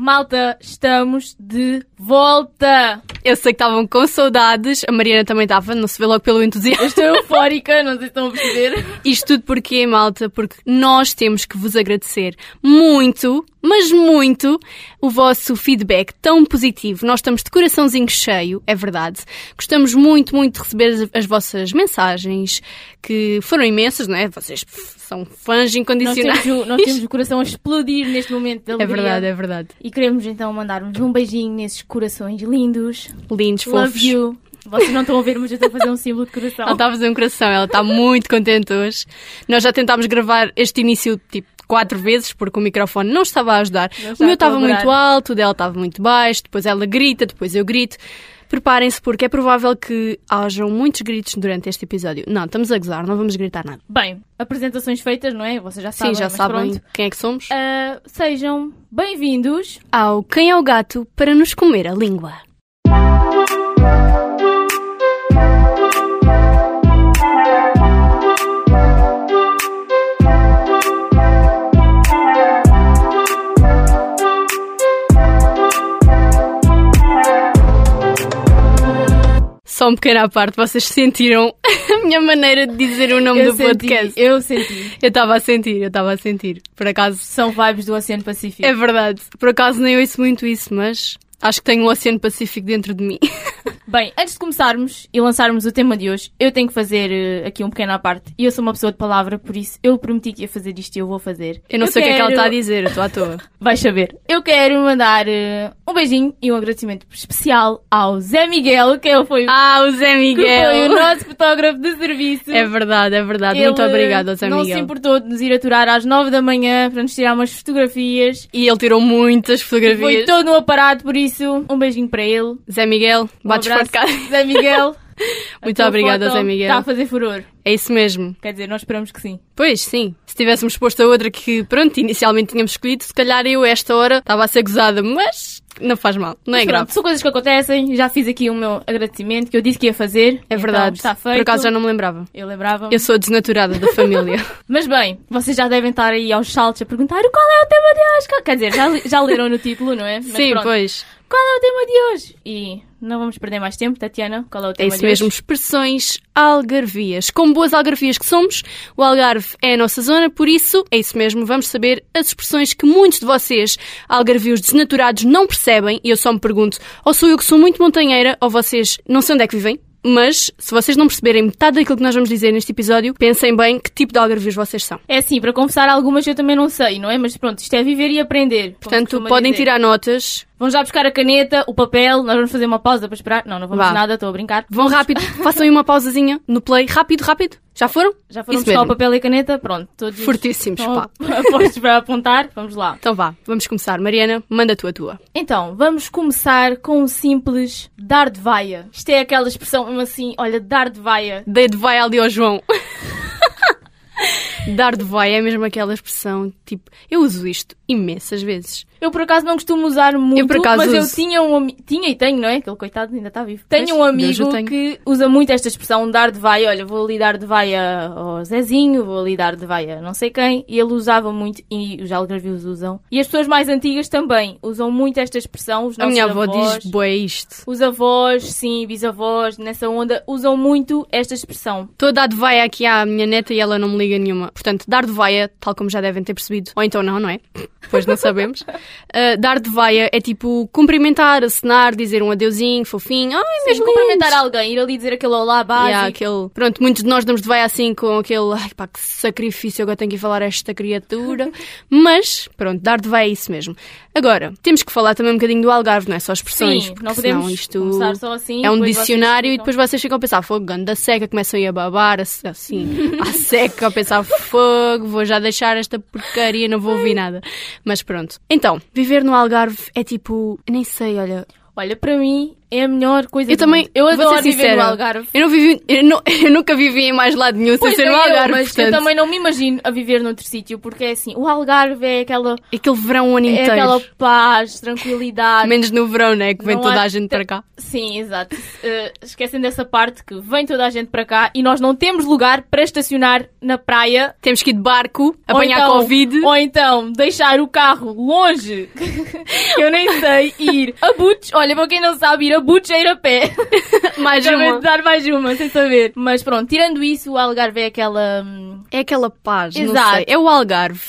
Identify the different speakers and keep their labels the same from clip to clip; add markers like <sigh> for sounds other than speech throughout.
Speaker 1: Malta, estamos de volta!
Speaker 2: Eu sei que estavam com saudades, a Mariana também estava, não se vê logo pelo
Speaker 1: Eu <laughs>
Speaker 2: entusiasmo.
Speaker 1: estou eufórica, não sei se estão a perceber.
Speaker 2: Isto tudo porquê, malta? Porque nós temos que vos agradecer muito, mas muito, o vosso feedback tão positivo. Nós estamos de coraçãozinho cheio, é verdade. Gostamos muito, muito de receber as, as vossas mensagens, que foram imensas, não é? Vocês pff, são fãs
Speaker 1: Nós
Speaker 2: incondicionais.
Speaker 1: temos, o, nós temos o coração a explodir neste momento de
Speaker 2: É
Speaker 1: alegria.
Speaker 2: verdade, é verdade.
Speaker 1: E queremos então mandar-vos um beijinho nesses corações lindos.
Speaker 2: Lindos, fofos.
Speaker 1: Love you. Vocês não estão a ver, mas eu estou a fazer um símbolo de coração.
Speaker 2: Ela está a fazer um coração, ela está muito contente hoje. Nós já tentámos gravar este início tipo quatro vezes porque o microfone não estava a ajudar.
Speaker 1: Não
Speaker 2: O
Speaker 1: estava
Speaker 2: meu
Speaker 1: a
Speaker 2: estava
Speaker 1: colaborar.
Speaker 2: muito alto, o dela estava muito baixo, depois ela grita, depois eu grito. Preparem-se porque é provável que hajam muitos gritos durante este episódio. Não, estamos a gozar, não vamos gritar nada.
Speaker 1: Bem, apresentações feitas, não é? Vocês já sabem.
Speaker 2: Sim, já
Speaker 1: mas
Speaker 2: sabem
Speaker 1: pronto.
Speaker 2: quem é que somos.
Speaker 1: Ah, sejam bem-vindos.
Speaker 2: Ao Quem é o Gato para nos comer a língua. Só um pequeno à parte, vocês sentiram <laughs> a minha maneira de dizer o nome
Speaker 1: eu
Speaker 2: do
Speaker 1: senti,
Speaker 2: podcast?
Speaker 1: eu senti.
Speaker 2: Eu estava a sentir, eu estava a sentir. Por acaso
Speaker 1: São vibes do Oceano Pacífico.
Speaker 2: é verdade. Por acaso nem ouço muito isso, mas acho que tenho o Oceano Pacífico dentro de mim. <laughs>
Speaker 1: Bem, antes de começarmos e lançarmos o tema de hoje, eu tenho que fazer eh, aqui um pequeno à parte. E eu sou uma pessoa de palavra, por isso eu prometi que ia fazer isto e eu vou fazer.
Speaker 2: Eu não sei o que é que ela
Speaker 1: quero-
Speaker 2: está a dizer, eu estou
Speaker 1: <laughs>
Speaker 2: à toa.
Speaker 1: Vais saber. Eu quero mandar eh, um beijinho e um agradecimento especial ao Zé Miguel, que ele foi,
Speaker 2: Ah, o Zé
Speaker 1: que foi o
Speaker 2: Miguel!
Speaker 1: nosso fotógrafo de serviço.
Speaker 2: É verdade, é verdade.
Speaker 1: Ele, eh,
Speaker 2: Muito obrigada, Zé
Speaker 1: Não se
Speaker 2: Miguel.
Speaker 1: importou de nos ir aturar às 9 da manhã para nos tirar umas fotografias.
Speaker 2: E ele tirou muitas
Speaker 1: Foi
Speaker 2: fotografias.
Speaker 1: todo um aparato, por isso, um beijinho para ele. Um
Speaker 2: Zé Miguel, bates forte
Speaker 1: abraço,
Speaker 2: cá.
Speaker 1: <laughs> Zé Miguel. A
Speaker 2: <laughs> Muito
Speaker 1: tua
Speaker 2: obrigada,
Speaker 1: foto Tá.
Speaker 2: Zé Miguel.
Speaker 1: Está a fazer furor.
Speaker 2: É isso mesmo.
Speaker 1: Quer dizer, nós esperamos que sim.
Speaker 2: Pois, sim. Se tivéssemos posto a outra que, pronto, inicialmente tínhamos escolhido, se calhar eu, esta hora, estava a ser gozada, mas não faz mal, não é
Speaker 1: Mas pronto,
Speaker 2: grave.
Speaker 1: São coisas que acontecem. Já fiz aqui o meu agradecimento que eu disse que ia fazer.
Speaker 2: É
Speaker 1: Então,
Speaker 2: verdade.
Speaker 1: está feito.
Speaker 2: Por acaso já não me lembrava.
Speaker 1: Eu lembrava.
Speaker 2: Eu sou a desnaturada da
Speaker 1: <laughs>
Speaker 2: família.
Speaker 1: Mas bem, vocês já devem estar aí aos saltos a perguntar "O qual é o tema de hoje. Qual- Quer dizer, já, li- já leram no título, não é? Mas
Speaker 2: sim,
Speaker 1: pronto,
Speaker 2: pois.
Speaker 1: Qual é o tema de hoje? E não vamos perder mais tempo, Tatiana. Qual é o
Speaker 2: É
Speaker 1: tema
Speaker 2: isso
Speaker 1: de
Speaker 2: mesmo,
Speaker 1: hoje?
Speaker 2: expressões algarvias. Como boas algarvias que somos, o Algarve é a nossa zona, por isso, é isso mesmo, vamos saber as expressões que muitos de vocês, algarvios desnaturados, não percebem. E eu só me pergunto, ou sou eu que sou muito montanheira, ou vocês não sei onde é que vivem. Mas, se vocês não perceberem metade daquilo que nós vamos dizer neste episódio, pensem bem que tipo de algarvios vocês são.
Speaker 1: É assim, para confessar algumas eu também não sei, não é? Mas pronto, isto é viver e aprender. como
Speaker 2: Portanto,
Speaker 1: costuma
Speaker 2: podem
Speaker 1: dizer.
Speaker 2: tirar notas,
Speaker 1: Vão já buscar a caneta, o papel, nós vamos fazer uma pausa para esperar. Não, não vamos
Speaker 2: Vá.
Speaker 1: nada, estou a brincar.
Speaker 2: vão
Speaker 1: <laughs>
Speaker 2: rápido, façam aí uma pausazinha no play, rápido, rápido. Já foram?
Speaker 1: Já foram
Speaker 2: Isso
Speaker 1: buscar o
Speaker 2: mesmo.
Speaker 1: papel e a caneta, pronto, todos
Speaker 2: Fortíssimos,
Speaker 1: estão
Speaker 2: pá.
Speaker 1: <laughs> apostos para apontar, vamos lá.
Speaker 2: Então vá, vamos começar. Mariana, manda tu a tua.
Speaker 1: Então, vamos começar com um simples dar de vaia. Isto é aquela expressão mesmo assim, olha, dar de vaia.
Speaker 2: Dei de vai ali ao João. <laughs> Dar de vai é mesmo aquela expressão, tipo, eu uso isto imensas vezes.
Speaker 1: Eu por acaso não costumo usar muito,
Speaker 2: por acaso
Speaker 1: mas eu
Speaker 2: uso.
Speaker 1: tinha um amigo, tinha e tenho, não é? Aquele coitado ainda está vivo. Tenho
Speaker 2: Pois,
Speaker 1: um
Speaker 2: Deus
Speaker 1: amigo
Speaker 2: o tenha.
Speaker 1: que usa muito esta expressão, dar de vaia, olha, vou ali dar de vaia ao Zezinho, vou ali dar de vaia a não sei quem, e ele usava muito, e os algarvios usam. E as pessoas mais antigas também usam muito esta expressão, os
Speaker 2: A
Speaker 1: nossos
Speaker 2: minha avó
Speaker 1: avós.
Speaker 2: diz, boa é isto.
Speaker 1: Os avós, sim, bisavós, nessa onda, usam muito esta expressão.
Speaker 2: Estou a dar de vai aqui à minha neta e ela não me liga nenhuma. Portanto, dar de vaia, tal como já devem ter percebido, ou então não, não é? <laughs> Pois não sabemos. Ah, dar de vaia é tipo cumprimentar, acenar, dizer um adeusinho, fofinho. Ai,
Speaker 1: Sim,
Speaker 2: mesmo
Speaker 1: cumprimentar alguém, ir ali dizer aquele olá básico.
Speaker 2: Yeah, aquele... Pronto, muitos de nós damos de vai assim com aquele ai pá, que sacrifício agora tenho que ir falar a
Speaker 1: <laughs>
Speaker 2: esta criatura. Mas, pronto, dar de vai é isso mesmo. Agora, temos que falar também um bocadinho do Algarve, não é só expressões.
Speaker 1: Sim,
Speaker 2: porque
Speaker 1: não podemos
Speaker 2: senão isto
Speaker 1: começar só assim.
Speaker 2: é um
Speaker 1: depois vocês
Speaker 2: dicionário e
Speaker 1: ficam-
Speaker 2: depois vocês ficam a pensar, fogo, ganda seca, começam a ir a babar, assim, assim, à seca, a pensar, fogo, vou já deixar esta porcaria, não vou ouvir nada. Mas pronto. Então, viver no Algarve é tipo, nem sei, olha,
Speaker 1: Olha, para mim, É a melhor coisa
Speaker 2: Eu
Speaker 1: do
Speaker 2: também,
Speaker 1: mundo.
Speaker 2: eu adoro
Speaker 1: Vou ser
Speaker 2: viver
Speaker 1: sincera. no Algarve.
Speaker 2: Eu, não vivi, eu, não- <laughs> eu nunca vivi em mais lado nenhum sem
Speaker 1: Pois
Speaker 2: ser
Speaker 1: é,
Speaker 2: no Algarve,
Speaker 1: eu, mas
Speaker 2: portanto.
Speaker 1: eu também não me imagino a viver noutro sítio, porque é assim, o Algarve é aquela,
Speaker 2: Aquele verão o ano
Speaker 1: é
Speaker 2: inteiro.
Speaker 1: aquela paz, tranquilidade.
Speaker 2: Menos no verão, né? Que vem
Speaker 1: Não
Speaker 2: toda
Speaker 1: há
Speaker 2: a gente para cá.
Speaker 1: Sim, exato. Eh, esquecem dessa parte que vem toda a gente para cá e nós não temos lugar para estacionar na praia.
Speaker 2: Temos que ir de barco,
Speaker 1: Ou
Speaker 2: apanhar
Speaker 1: então-
Speaker 2: Covid.
Speaker 1: Ou então deixar o carro longe, que eu nem sei, e ir a Butch. Olha, para quem não sabe, ir a Butch é ir a pé.
Speaker 2: <laughs> mais
Speaker 1: Acabei de
Speaker 2: uma.
Speaker 1: dar mais uma, sem saber. Mas pronto, tirando isso, o Algarve é aquela... hum,
Speaker 2: É aquela paz, não
Speaker 1: Exato.
Speaker 2: sei. É o Algarve.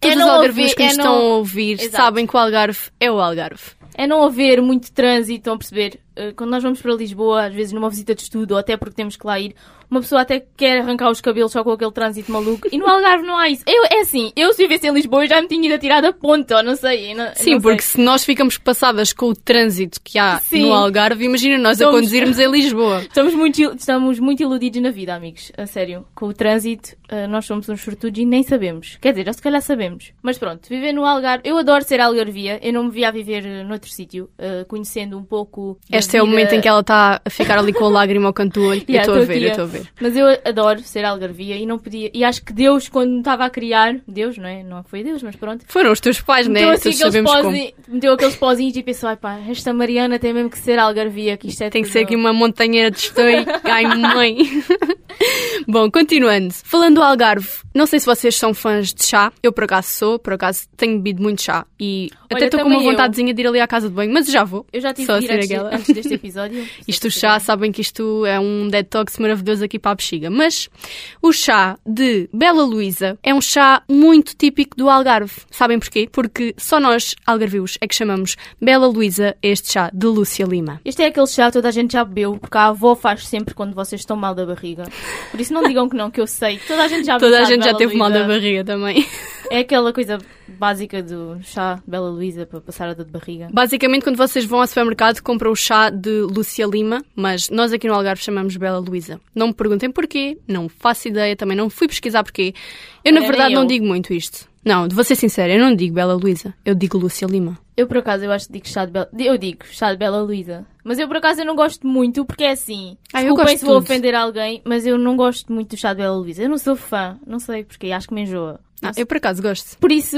Speaker 2: Todos
Speaker 1: não
Speaker 2: os algarvios
Speaker 1: ouvir-
Speaker 2: que nos
Speaker 1: é não-
Speaker 2: estão a ouvir
Speaker 1: Exato.
Speaker 2: sabem que o Algarve é o Algarve.
Speaker 1: É não haver muito trânsito, estão a perceber? Eh, Quando nós vamos para Lisboa, às vezes numa visita de estudo, ou até porque temos que lá ir, uma pessoa até quer arrancar os cabelos só com aquele trânsito maluco. E no Algarve não há isso. Eu, é assim, eu se vivesse em Lisboa eu já me tinha ido a tirar da ponta, ou não sei. eu não- eu
Speaker 2: Sim,
Speaker 1: não
Speaker 2: porque
Speaker 1: sei.
Speaker 2: se nós ficamos passadas com o trânsito que há
Speaker 1: Sim.
Speaker 2: no Algarve, imagina nós a
Speaker 1: Somos-
Speaker 2: conduzirmos
Speaker 1: <laughs>
Speaker 2: em Lisboa.
Speaker 1: Estamos muito, il- estamos muito iludidos na vida, amigos. A sério. Com o trânsito, eh, nós somos uns sortudos e nem sabemos. Quer dizer, ou se calhar sabemos. Mas pronto, viver no Algarve... Eu adoro ser algarvia. Eu não me via a viver eh, noutro sítio. eh, conhecendo um pouco... da
Speaker 2: Este é o
Speaker 1: vida-
Speaker 2: momento
Speaker 1: <laughs>
Speaker 2: em que ela está a ficar ali com a lágrima ao canto do olho.
Speaker 1: Yeah,
Speaker 2: eu estou a
Speaker 1: tô
Speaker 2: ver,
Speaker 1: aqui
Speaker 2: eu estou a ver.
Speaker 1: Mas eu adoro ser algarvia e não podia. E acho que Deus, quando me estava a criar, Deus, não é? Não foi Deus, mas pronto.
Speaker 2: Foram os teus pais, né?
Speaker 1: Meteu, assim
Speaker 2: Todos
Speaker 1: aqueles
Speaker 2: sabemos como.
Speaker 1: pozinhos, meteu aqueles pozinhos e pensou: ai pá, esta Mariana tem mesmo que ser algarvia, que isto é
Speaker 2: Tem que
Speaker 1: tudo-
Speaker 2: ser aqui uma montanheira
Speaker 1: <laughs>
Speaker 2: de estoio. Ai, mãe. <laughs> Bom, continuando. Falando do Algarve, não sei se vocês são fãs de chá. Eu, por acaso, sou. Por acaso, tenho bebido muito chá. E até
Speaker 1: Olha,
Speaker 2: estou com
Speaker 1: também
Speaker 2: uma
Speaker 1: eu.
Speaker 2: vontadezinha de ir ali à casa de banho, mas já vou.
Speaker 1: Eu já tive
Speaker 2: Só
Speaker 1: que ir
Speaker 2: a ser
Speaker 1: antes, de-
Speaker 2: aquela.
Speaker 1: antes deste episódio.
Speaker 2: <laughs> Isto o chá, sabem que isto é um detox maravilhoso aqui para a bexiga. Mas o chá de Bela Luísa é um chá muito típico do Algarve. Sabem porquê? Porque só nós, algarvios, é que chamamos Bela Luísa este chá de Lúcia Lima.
Speaker 1: Este é aquele chá que toda a gente já bebeu, porque a avó faz sempre quando vocês estão mal da barriga. Por isso não digam que não, que eu sei. Toda a gente
Speaker 2: <laughs>
Speaker 1: já
Speaker 2: Toda
Speaker 1: bebeu
Speaker 2: a
Speaker 1: chá de
Speaker 2: gente já
Speaker 1: Bela
Speaker 2: teve mal
Speaker 1: Luísa.
Speaker 2: da barriga também.
Speaker 1: É aquela coisa básica do chá de Bela Luísa para passar a dor de barriga.
Speaker 2: Basicamente, quando vocês vão ao supermercado, compram o chá de Lúcia Lima, mas nós aqui no Algarve chamamos Bela Luísa. Não me perguntem porquê, não faço ideia, também não fui pesquisar porquê. Eu, na
Speaker 1: Olha, nem
Speaker 2: verdade, não
Speaker 1: eu.
Speaker 2: digo muito isto. Não, vou ser sincera, eu não digo Bela Luísa, eu digo Lúcia Lima.
Speaker 1: Eu por acaso eu acho que digo chá de Bela Eu digo chá de Bela Luísa. Mas eu por acaso eu não gosto muito porque é assim.
Speaker 2: Ah, eu
Speaker 1: desculpem
Speaker 2: gosto
Speaker 1: se vou
Speaker 2: tudo.
Speaker 1: ofender alguém, mas eu não gosto muito do chá de Bela Luísa. Eu não sou fã, não sei porque acho que me enjoa.
Speaker 2: Ah, eu por acaso gosto.
Speaker 1: Por isso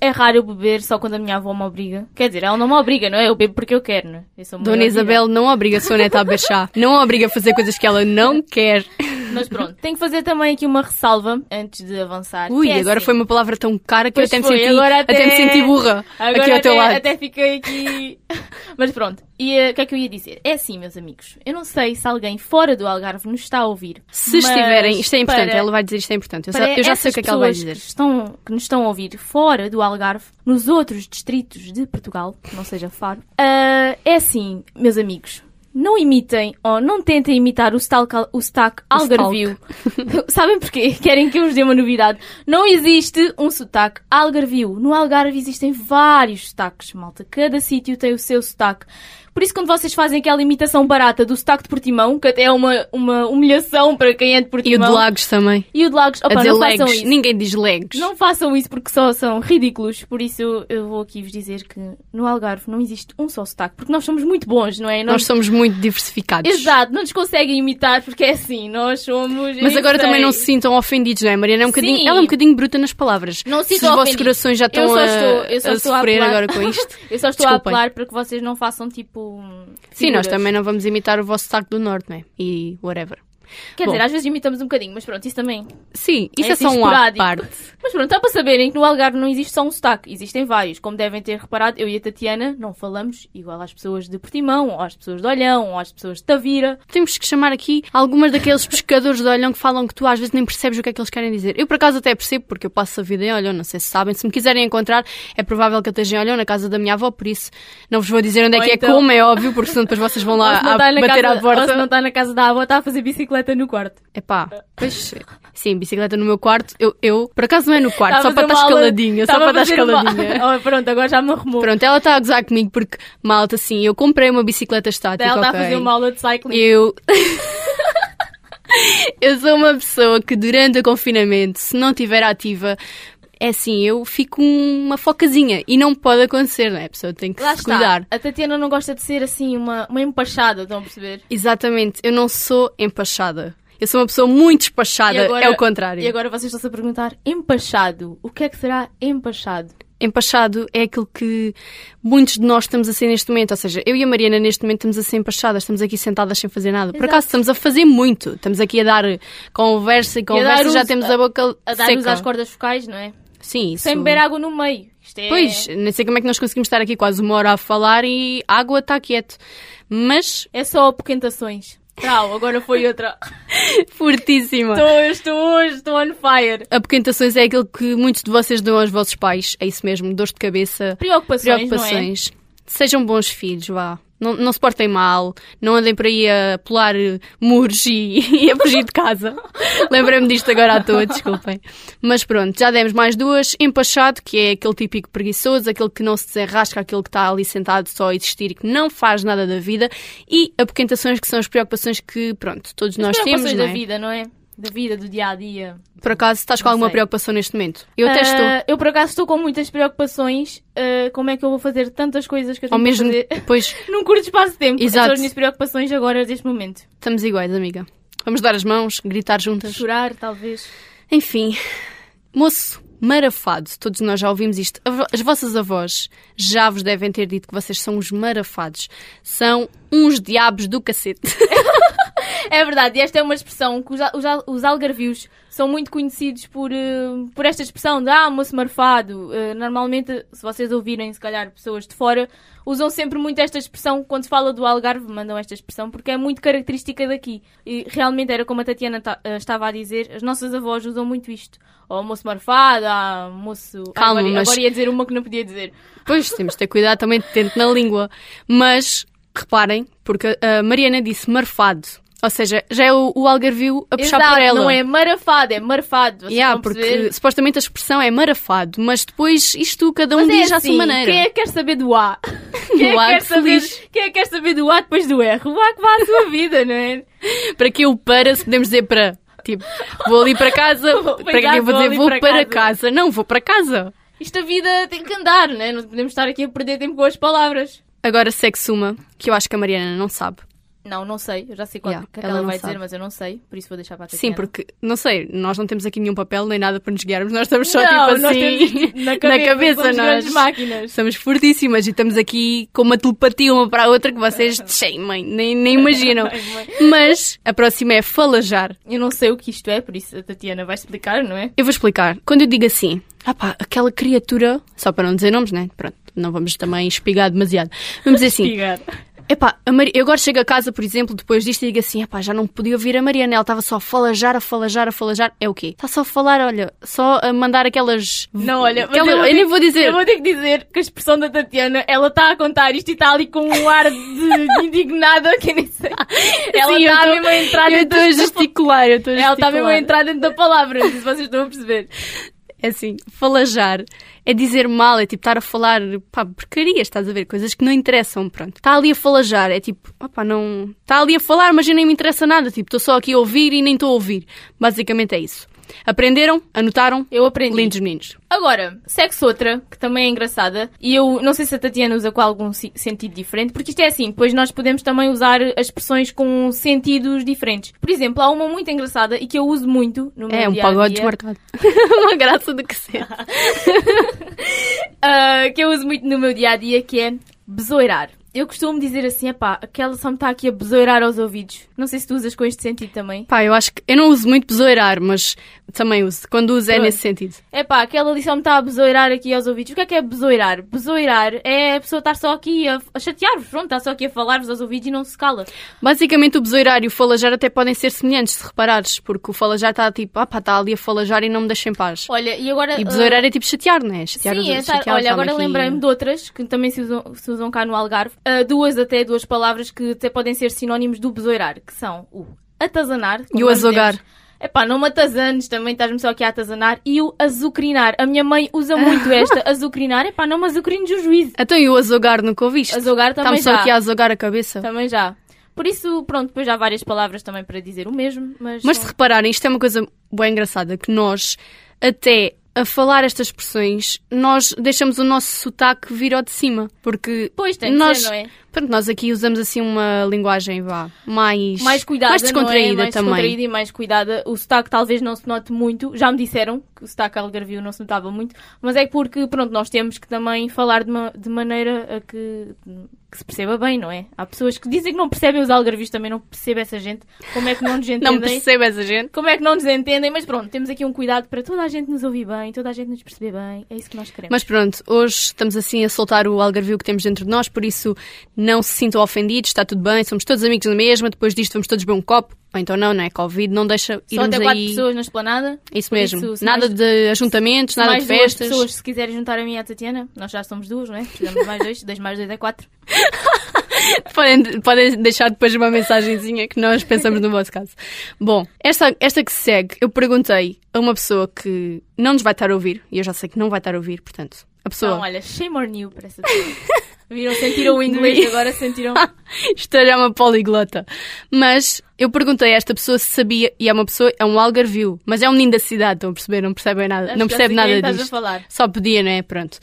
Speaker 1: é raro eu beber só quando a minha avó me obriga. Quer dizer, ela não me obriga, não é? Eu bebo porque eu quero, não é? Eu sou uma
Speaker 2: Dona
Speaker 1: maior
Speaker 2: Isabel não obriga a sua neta a beber chá. Não a obriga a fazer coisas que ela não quer.
Speaker 1: vida. Mas pronto, tenho que fazer também aqui uma ressalva antes de avançar.
Speaker 2: Ui,
Speaker 1: que é
Speaker 2: agora
Speaker 1: assim.
Speaker 2: foi uma palavra tão cara que
Speaker 1: Pois
Speaker 2: eu até me,
Speaker 1: foi,
Speaker 2: senti,
Speaker 1: agora
Speaker 2: até... me
Speaker 1: até-
Speaker 2: senti burra
Speaker 1: Agora
Speaker 2: aqui ao teu
Speaker 1: até,
Speaker 2: lado.
Speaker 1: até fiquei aqui. <laughs> Mas pronto, e eh, o que é que eu ia dizer? É assim, meus amigos. Eu não sei se alguém fora do Algarve nos está a ouvir.
Speaker 2: Se
Speaker 1: mas
Speaker 2: estiverem, isto é importante,
Speaker 1: para-
Speaker 2: ela vai dizer isto é importante. Eu,
Speaker 1: para
Speaker 2: já- eu já sei o
Speaker 1: essas
Speaker 2: que é que ela vai
Speaker 1: pessoas
Speaker 2: dizer.
Speaker 1: Que, estão, que nos estão a ouvir fora do Algarve, nos outros distritos de Portugal, que não seja Faro, ah, é assim, meus amigos. Não imitem ou não tentem imitar o sotaque, al- o sotaque algarvio. <laughs> Sabem porquê? Querem que eu vos dê uma novidade. Não existe um sotaque algarvio. No Algarve existem vários sotaques, malta. Cada sítio tem o seu sotaque. Por isso, quando vocês fazem aquela imitação barata do sotaque de Portimão, que até é uma, uma humilhação para quem é de
Speaker 2: E o de
Speaker 1: Portimão.
Speaker 2: Lagos também.
Speaker 1: E o de Lagos,
Speaker 2: a
Speaker 1: opa,
Speaker 2: dizer
Speaker 1: não façam
Speaker 2: legs.
Speaker 1: isso.
Speaker 2: Ninguém diz legs.
Speaker 1: Não façam isso porque só são ridículos. Por isso eu vou aqui vos dizer que no Algarve não existe um só sotaque, porque nós somos muito bons, não é?
Speaker 2: Nós somos muito diversificados.
Speaker 1: Exato, não nos conseguem imitar porque é assim, nós somos.
Speaker 2: Mas
Speaker 1: eu
Speaker 2: agora
Speaker 1: sei.
Speaker 2: também não se sintam ofendidos, não é? Mariana é um bocadinho,
Speaker 1: Sim.
Speaker 2: ela é um bocadinho bruta nas palavras.
Speaker 1: Não se
Speaker 2: se os
Speaker 1: sintam
Speaker 2: vossos
Speaker 1: ofendidos.
Speaker 2: corações já estão
Speaker 1: Eu só
Speaker 2: a,
Speaker 1: estou- eu só
Speaker 2: a
Speaker 1: estou a
Speaker 2: sofrer
Speaker 1: apelar.
Speaker 2: agora com
Speaker 1: <laughs>
Speaker 2: isto.
Speaker 1: Eu só estou a
Speaker 2: Desculpem.
Speaker 1: apelar para que vocês não façam tipo.
Speaker 2: Sim, nós
Speaker 1: figuras.
Speaker 2: também não vamos imitar o vosso sotaque do norte, não é? E whatever.
Speaker 1: Quer
Speaker 2: Bom.
Speaker 1: dizer, às vezes imitamos um bocadinho, mas pronto, isso também.
Speaker 2: Sim, isso é,
Speaker 1: assim
Speaker 2: só um à
Speaker 1: esporádico.
Speaker 2: parte.
Speaker 1: Mas pronto, dá para saberem que no Algarve não existe só um sotaque, existem vários. Como devem ter reparado, eu e a Tatiana não falamos igual às pessoas de Portimão, ou às pessoas de Olhão, ou às pessoas de Tavira.
Speaker 2: Temos que chamar aqui algumas daqueles pescadores de olhão que falam que tu às vezes nem percebes o que é que eles querem dizer. Eu por acaso até percebo, porque eu passo a vida em olhão, não sei se sabem. Se me quiserem encontrar, é provável que eu esteja em olhão na casa da minha avó, por isso não vos vou dizer onde é
Speaker 1: Ou
Speaker 2: que é
Speaker 1: então-
Speaker 2: como, é óbvio, porque senão depois vocês vão
Speaker 1: Ou
Speaker 2: lá
Speaker 1: se não
Speaker 2: a
Speaker 1: tá na
Speaker 2: bater
Speaker 1: casa-
Speaker 2: à
Speaker 1: ou se não
Speaker 2: porta.
Speaker 1: está na casa da avó, está a fazer bicicleta no quarto.
Speaker 2: Epá, pois sim, bicicleta no meu quarto, eu, eu por acaso não é no quarto,
Speaker 1: Tá a
Speaker 2: só para
Speaker 1: fazer
Speaker 2: estar
Speaker 1: uma aula-
Speaker 2: escaladinha, só
Speaker 1: tava
Speaker 2: para
Speaker 1: a
Speaker 2: estar
Speaker 1: fazer uma-
Speaker 2: escaladinha.
Speaker 1: <laughs> Oh, pronto, agora já me arrumou.
Speaker 2: Pronto, ela está a gozar comigo porque, malta, assim, eu comprei uma bicicleta estática.
Speaker 1: Ela está
Speaker 2: ok?
Speaker 1: a fazer uma aula de cycling.
Speaker 2: Eu. <laughs> eu sou uma pessoa que durante o confinamento, se não estiver ativa, é assim, eu fico uma focazinha e não pode acontecer, não é? A pessoa tem que
Speaker 1: Lá
Speaker 2: se
Speaker 1: está.
Speaker 2: cuidar.
Speaker 1: A Tatiana não gosta de ser assim, uma, uma empachada, estão a perceber?
Speaker 2: Exatamente, eu não sou empachada. Eu sou uma pessoa muito despachada,
Speaker 1: E agora-
Speaker 2: é o contrário.
Speaker 1: E agora vocês estão-se a perguntar: empachado. O que é que será empachado?
Speaker 2: Empachado é aquilo que muitos de nós estamos a ser neste momento. Ou seja, eu e a Mariana neste momento estamos a ser empachadas, estamos aqui sentadas sem fazer nada. Por
Speaker 1: Exato.
Speaker 2: acaso estamos a fazer muito. Estamos aqui a dar conversa e
Speaker 1: dar
Speaker 2: conversa, já
Speaker 1: uso-
Speaker 2: temos a boca
Speaker 1: A dar uso
Speaker 2: seca.
Speaker 1: às cordas focais, não é?
Speaker 2: Sim, isso.
Speaker 1: Sem beber água no meio. Isto é.
Speaker 2: Pois, nem sei como é que nós conseguimos estar aqui quase uma hora a falar e a água está quieto. Mas, <laughs>
Speaker 1: É só apoquentações. Trau, agora foi outra.
Speaker 2: fortíssima.
Speaker 1: estou, eu estou hoje, estou on fire.
Speaker 2: Apoquentações é aquilo que muitos de vocês dão aos vossos pais. É isso mesmo, dores de cabeça,
Speaker 1: Preocupações, não é?
Speaker 2: preocupações. Sejam bons filhos, vá. Não, não se portem mal, não andem por aí a pular eh, muros e, <laughs> e a fugir de casa. <laughs> Lembrei-me disto agora à toa, desculpem. Mas pronto, já demos mais duas. Empachado, que é aquele típico preguiçoso, aquele que não se desenrasca, aquele que está ali sentado só a existir e que não faz nada da vida. E apoquentações, que são as preocupações que, pronto, todos nós temos,
Speaker 1: preocupações
Speaker 2: não
Speaker 1: da
Speaker 2: é?
Speaker 1: vida, não é? Da vida, do dia a dia.
Speaker 2: Por acaso, estás com
Speaker 1: Não
Speaker 2: alguma
Speaker 1: sei.
Speaker 2: preocupação neste momento? Eu até estou.
Speaker 1: Ah, eu por acaso estou com muitas preocupações. Ah, como é que eu vou fazer tantas coisas que eu
Speaker 2: Ao
Speaker 1: tenho que
Speaker 2: mesmo... <laughs>
Speaker 1: fazer
Speaker 2: Pois,
Speaker 1: num curto espaço de tempo?
Speaker 2: Exato.
Speaker 1: Estou nas minhas preocupações agora, neste momento.
Speaker 2: estamos iguais, amiga. Vamos dar as mãos, gritar juntas.
Speaker 1: Chorar, talvez.
Speaker 2: Enfim, moço marafado, todos nós já ouvimos isto. A vo- As vossas avós já vos devem ter dito que vocês são os marafados. São uns diabos do cacete. <laughs>
Speaker 1: É verdade, e esta é uma expressão que os, al- os al- os algarvios são muito conhecidos por, eh, por esta expressão de ah, moço marfado. Eh, normalmente, se vocês ouvirem, se calhar, pessoas de fora, usam sempre muito esta expressão. Quando se fala do Algarve, mandam esta expressão porque é muito característica daqui. E realmente era como a Tatiana ta- eh, estava a dizer, as nossas avós usam muito isto. Ou moço marfado, ah, moço. Ah,
Speaker 2: Calma,
Speaker 1: agora,
Speaker 2: mas-
Speaker 1: agora ia dizer uma que não podia dizer.
Speaker 2: Pois, temos de ter cuidado também de tento na língua. Mas, reparem, porque a Mariana disse marfado. Ou seja, já é o, o algarvio a puxar
Speaker 1: Exato,
Speaker 2: por ela.
Speaker 1: não é marafado, é marfado. Vocês
Speaker 2: Yeah,
Speaker 1: vão
Speaker 2: porque
Speaker 1: perceber.
Speaker 2: supostamente a expressão é marafado, mas depois isto cada um
Speaker 1: Mas
Speaker 2: diz
Speaker 1: é
Speaker 2: à sua
Speaker 1: assim,
Speaker 2: maneira.
Speaker 1: Quem é que quer saber do A? Quem é que
Speaker 2: O A
Speaker 1: quer
Speaker 2: de
Speaker 1: saber,
Speaker 2: feliz.
Speaker 1: quem é que quer saber do A depois do R? O A que vá à sua vida, não é?
Speaker 2: <laughs> Para que eu para se podemos dizer para? Tipo, vou ali para casa,
Speaker 1: <laughs> Vou-
Speaker 2: para que é que eu
Speaker 1: exato,
Speaker 2: vou
Speaker 1: vou
Speaker 2: dizer
Speaker 1: ali
Speaker 2: vou para,
Speaker 1: para
Speaker 2: casa.
Speaker 1: casa.
Speaker 2: Não, vou para casa.
Speaker 1: Isto a vida tem que andar, não é? Não podemos estar aqui a perder tempo com as palavras.
Speaker 2: Agora segue-se uma que eu acho que a Mariana não sabe.
Speaker 1: Não, não sei. Eu já sei qual
Speaker 2: Yeah,
Speaker 1: que
Speaker 2: ela
Speaker 1: ela,
Speaker 2: não
Speaker 1: vai
Speaker 2: sabe.
Speaker 1: dizer, mas eu não sei. Por isso vou deixar para a
Speaker 2: Sim,
Speaker 1: Tatiana.
Speaker 2: porque, não sei, nós não temos aqui nenhum papel nem nada para nos guiarmos, nós estamos só
Speaker 1: não,
Speaker 2: tipo
Speaker 1: nós
Speaker 2: assim
Speaker 1: temos
Speaker 2: <laughs>
Speaker 1: na cabeça, somos grandes
Speaker 2: nós.
Speaker 1: máquinas.
Speaker 2: Somos fortíssimas e estamos aqui com uma telepatia uma para a outra
Speaker 1: <laughs>
Speaker 2: que vocês, tchê, mãe, nem, nem imaginam.
Speaker 1: Ai, mãe.
Speaker 2: Mas a próxima é falajar.
Speaker 1: Eu não sei o que isto é, por isso a Tatiana vai explicar, não é?
Speaker 2: Eu vou explicar. Quando eu digo assim, ah pá, aquela criatura, só para não dizer nomes, né? Pronto, não vamos também espigar demasiado. Vamos dizer assim,
Speaker 1: Diga.
Speaker 2: epá, a Mari... eu agora chego a casa, por exemplo, depois disto e digo assim, epá, já não podia ouvir a Mariana, ela estava só a falajar, a falajar, a falajar. É o quê? Está só a falar, olha, só a mandar aquelas.
Speaker 1: Não, olha, mas
Speaker 2: aquela... eu,
Speaker 1: eu vou ter-
Speaker 2: nem vou dizer.
Speaker 1: Eu vou ter que dizer que a expressão da Tatiana, ela está a contar isto e está ali com um ar de <laughs> indignada que nem sei. Ela
Speaker 2: Sim, eu
Speaker 1: está
Speaker 2: tô-
Speaker 1: mesmo a entrar
Speaker 2: Eu
Speaker 1: dentro
Speaker 2: estou a gesticular, eu estou a
Speaker 1: Ela está
Speaker 2: gesticular.
Speaker 1: mesmo a entrar dentro da palavra, não sei se vocês estão a perceber.
Speaker 2: É assim, falajar é dizer mal, é tipo estar a falar pá, porcarias, estás a ver? Coisas que não interessam, pronto. Está ali a falajar, é tipo, opá, não. Está ali a falar, mas eu nem me interessa nada, tipo, estou só aqui a ouvir e nem estou a ouvir. Basicamente é isso. Aprenderam? Anotaram?
Speaker 1: Eu aprendi.
Speaker 2: Lindos meninos.
Speaker 1: Agora, sexo outra, que também é engraçada, e eu não sei se a Tatiana usa com algum si- sentido diferente, porque isto é assim, depois nós podemos também usar as expressões com sentidos diferentes. Por exemplo, há uma muito engraçada e que eu uso muito no meu
Speaker 2: É, um
Speaker 1: dia-a-dia,
Speaker 2: pagode desmarcado. <laughs> Uma graça do que ser.
Speaker 1: ah, que eu uso muito no meu dia-a-dia, que é besoirar. Eu costumo dizer assim, epá, aquela só me está aqui a besoirar aos ouvidos. Não sei se tu usas com este sentido também.
Speaker 2: Pá, eu acho que. Eu não uso muito besoirar, mas também uso. Quando uso é
Speaker 1: Pronto.
Speaker 2: nesse sentido.
Speaker 1: É pá, aquela lição me está a besoirar aqui aos ouvidos. O que é que é besoirar? Besoirar é a pessoa estar só aqui a, a chatear-vos, pronto, está só aqui a falar-vos aos ouvidos e não se cala.
Speaker 2: Basicamente, o besoirar e o falajar até podem ser semelhantes, se reparares, porque o falajar está tipo, ah pá, está ali a falajar e não me deixa em paz.
Speaker 1: Olha, e agora.
Speaker 2: E
Speaker 1: ah,
Speaker 2: besourar é tipo chatear, não é? Chatear os
Speaker 1: Sim, é
Speaker 2: outros,
Speaker 1: estar,
Speaker 2: chatear,
Speaker 1: olha,
Speaker 2: está-me
Speaker 1: agora
Speaker 2: aqui-
Speaker 1: lembrei-me de outras que também se usam, se usam cá no Algarve. Ah, duas até, duas palavras que até podem ser sinónimos do besoirar, que são o atazanar. como
Speaker 2: E o
Speaker 1: nós
Speaker 2: azogar.
Speaker 1: dizemos. Epá, não me atazanes, também estás-me só aqui a atazanar. E o azucrinar. A minha mãe usa
Speaker 2: <laughs>
Speaker 1: muito esta, azucrinar. Epá, não me azucrines o juízo.
Speaker 2: Então e o azogar nunca ouviste?
Speaker 1: Azogar também
Speaker 2: Está-me só
Speaker 1: já. Tá
Speaker 2: aqui a azogar a cabeça.
Speaker 1: Também já. Por isso, pronto, depois já há várias palavras também para dizer o mesmo, mas.
Speaker 2: Mas
Speaker 1: não-
Speaker 2: se repararem, isto é uma coisa bem engraçada, que nós até a falar estas expressões, nós deixamos o nosso sotaque vir ao de cima. Porque
Speaker 1: Pois tem que
Speaker 2: nós,
Speaker 1: ser, não é?
Speaker 2: pronto, nós aqui usamos assim uma linguagem vá, mais,
Speaker 1: Mais cuidada,
Speaker 2: mais
Speaker 1: não
Speaker 2: descontraída
Speaker 1: é? mais
Speaker 2: também.
Speaker 1: descontraída e mais cuidada. O sotaque talvez não se note muito. Já me disseram que o sotaque algarvio não se notava muito, mas é porque, pronto, nós temos que também falar de, ma- de maneira a que, que se perceba bem, não é? Há pessoas que dizem que não percebem os algarvios, também não percebo essa gente. Como é que não nos entendem?
Speaker 2: <laughs> Não percebo essa gente.
Speaker 1: Como é que não nos entendem? Mas pronto, temos aqui um cuidado para toda a gente nos ouvir bem, toda a gente nos perceber bem. É isso que nós queremos.
Speaker 2: Mas pronto, hoje estamos assim a soltar o algarvio que temos dentro de nós, por isso não se sintam ofendidos, está tudo bem, somos todos amigos da mesma, depois disto vamos todos beber um copo, ou então não, não é Covid, não deixa
Speaker 1: Só
Speaker 2: irmos
Speaker 1: até quatro
Speaker 2: aí.
Speaker 1: pessoas na esplanada.
Speaker 2: Isso
Speaker 1: Por
Speaker 2: mesmo.
Speaker 1: isso, se
Speaker 2: nada
Speaker 1: mais-
Speaker 2: de ajuntamentos, nada
Speaker 1: mais
Speaker 2: de festas.
Speaker 1: duas pessoas, se quiserem juntar a mim e a Tatiana, nós já somos duas, não é? Precisamos de mais dois, dois mais dois é quatro.
Speaker 2: Podem, podem deixar depois uma mensagenzinha
Speaker 1: <laughs>
Speaker 2: que nós pensamos no vosso caso. Bom, esta, esta que segue, eu perguntei a uma pessoa que não nos vai estar a ouvir, e eu já sei que não vai estar a ouvir, portanto, a pessoa.
Speaker 1: Então, olha, shame on you para essa pessoa. Viram, sentiram o inglês, agora <laughs> sentiram.
Speaker 2: <laughs> Isto é já uma poliglota. Mas eu perguntei a esta pessoa se sabia, e é uma pessoa, é um algarvio, mas é um menino da cidade, estão a perceber? Não percebem nada,
Speaker 1: Acho
Speaker 2: não
Speaker 1: que
Speaker 2: percebe
Speaker 1: já sei quem
Speaker 2: nada
Speaker 1: estás a
Speaker 2: disto.
Speaker 1: falar.
Speaker 2: Só podia, não é? Pronto.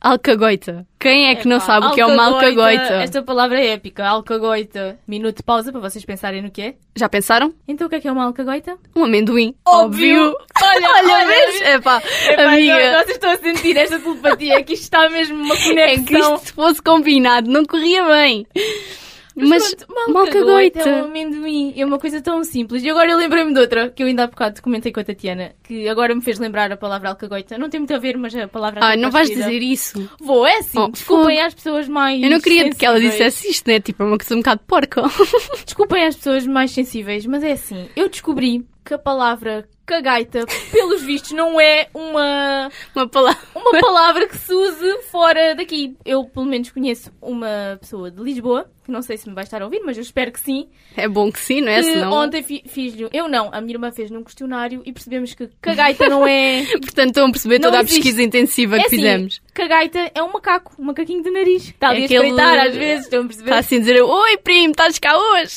Speaker 2: Alcagoita. Quem é que não
Speaker 1: Epá,
Speaker 2: sabe o que é uma alcagoita?
Speaker 1: Esta palavra é épica, alcagoita. Minuto de pausa para vocês pensarem no que é.
Speaker 2: Já pensaram?
Speaker 1: Então, o que é que é uma alcagoita?
Speaker 2: Um amendoim.
Speaker 1: Olha,
Speaker 2: <laughs> Olha, vês?
Speaker 1: Epá,
Speaker 2: Epá,
Speaker 1: então
Speaker 2: amiga.
Speaker 1: não, vocês estão a sentir esta telepatia, que isto está mesmo uma
Speaker 2: É que
Speaker 1: conexão.
Speaker 2: isto se fosse combinado, não corria bem. Mas,
Speaker 1: pronto,
Speaker 2: malcagoita.
Speaker 1: É um amendoim, é uma coisa tão simples. E agora eu lembrei-me de outra, que eu ainda há bocado comentei com a Tatiana, que agora me fez lembrar a palavra alcagoita. Não tem muito a ver, mas a palavra
Speaker 2: Ah,
Speaker 1: até
Speaker 2: não vais
Speaker 1: parecida.
Speaker 2: dizer isso.
Speaker 1: Vou, é sim.
Speaker 2: Oh,
Speaker 1: Desculpem às pessoas mais.
Speaker 2: Eu não queria que ela
Speaker 1: sensíveis.
Speaker 2: dissesse isto, né? Tipo, é uma coisa um bocado porca.
Speaker 1: Desculpem às pessoas mais sensíveis, mas é assim. Eu descobri que a palavra cagaita, pelos vistos, não é uma,
Speaker 2: Uma palavra. <laughs>
Speaker 1: uma palavra que se use fora daqui. Eu, pelo menos, conheço uma pessoa de Lisboa, que não sei se me vai estar a ouvir, mas eu espero que sim.
Speaker 2: É bom que sim, não é?
Speaker 1: que
Speaker 2: Senão...
Speaker 1: ontem fi- fiz-lhe. um- Eu não, a minha irmã fez num questionário e percebemos que cagaita não
Speaker 2: <laughs>
Speaker 1: é.
Speaker 2: Portanto, estão a perceber
Speaker 1: Não
Speaker 2: toda a
Speaker 1: existe.
Speaker 2: pesquisa intensiva
Speaker 1: é
Speaker 2: que
Speaker 1: assim,
Speaker 2: fizemos.
Speaker 1: Cagaita é um macaco, um macaquinho de nariz. Está ali
Speaker 2: É
Speaker 1: a
Speaker 2: aquele-
Speaker 1: espreitar às vezes, estão a perceber?
Speaker 2: Está assim a dizer, oi primo, estás cá
Speaker 1: <laughs>
Speaker 2: hoje?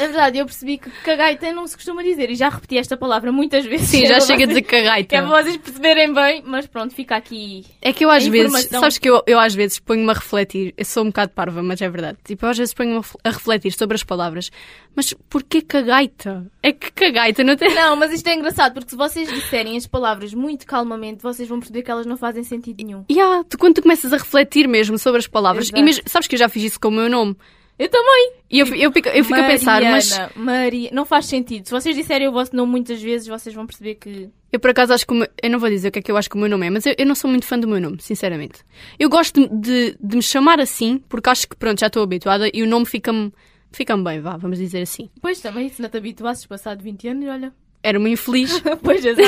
Speaker 1: É verdade, eu percebi que cagaita não se costuma dizer e já repeti esta palavra muitas vezes.
Speaker 2: Sim,
Speaker 1: É <laughs>
Speaker 2: já
Speaker 1: para
Speaker 2: chega a
Speaker 1: vocês-
Speaker 2: dizer cagaita.
Speaker 1: Que é para vocês perceberem bem, mas pronto, fica aqui.
Speaker 2: É que eu às
Speaker 1: A
Speaker 2: vezes,
Speaker 1: informação.
Speaker 2: sabes que eu, eu às vezes ponho-me a refletir, eu sou um bocado parva, mas é verdade. Tipo, eu às vezes ponho-me a ref- a refletir sobre as palavras, mas porquê cagaita? É que cagaita não tem. <laughs>
Speaker 1: Não, mas isto é engraçado porque se vocês disserem as palavras muito calmamente, vocês vão perceber que elas não fazem sentido nenhum.
Speaker 2: Yeah, tu, quando tu começas a refletir mesmo sobre as palavras, e
Speaker 1: Exato.
Speaker 2: mesmo- sabes que eu já fiz isso com o meu nome,
Speaker 1: Eu também.
Speaker 2: e eu, fi- eu, fico, eu fico a pensar, mas
Speaker 1: Mariana, Maria, não faz sentido. Se vocês disserem o vosso nome muitas vezes, vocês vão perceber que
Speaker 2: eu por acaso acho que. o meu- eu não vou dizer o que é que eu acho que o meu nome é, mas eu, eu não sou muito fã do meu nome, sinceramente. Eu gosto de, de, de me chamar assim, porque acho que pronto, já estou habituada e o nome fica-me fica bem, vá, vamos dizer assim.
Speaker 1: Pois também, se não te habituasses passado 20 anos, olha. <laughs>
Speaker 2: Era uma
Speaker 1: Ah,
Speaker 2: infeliz.
Speaker 1: pois exato.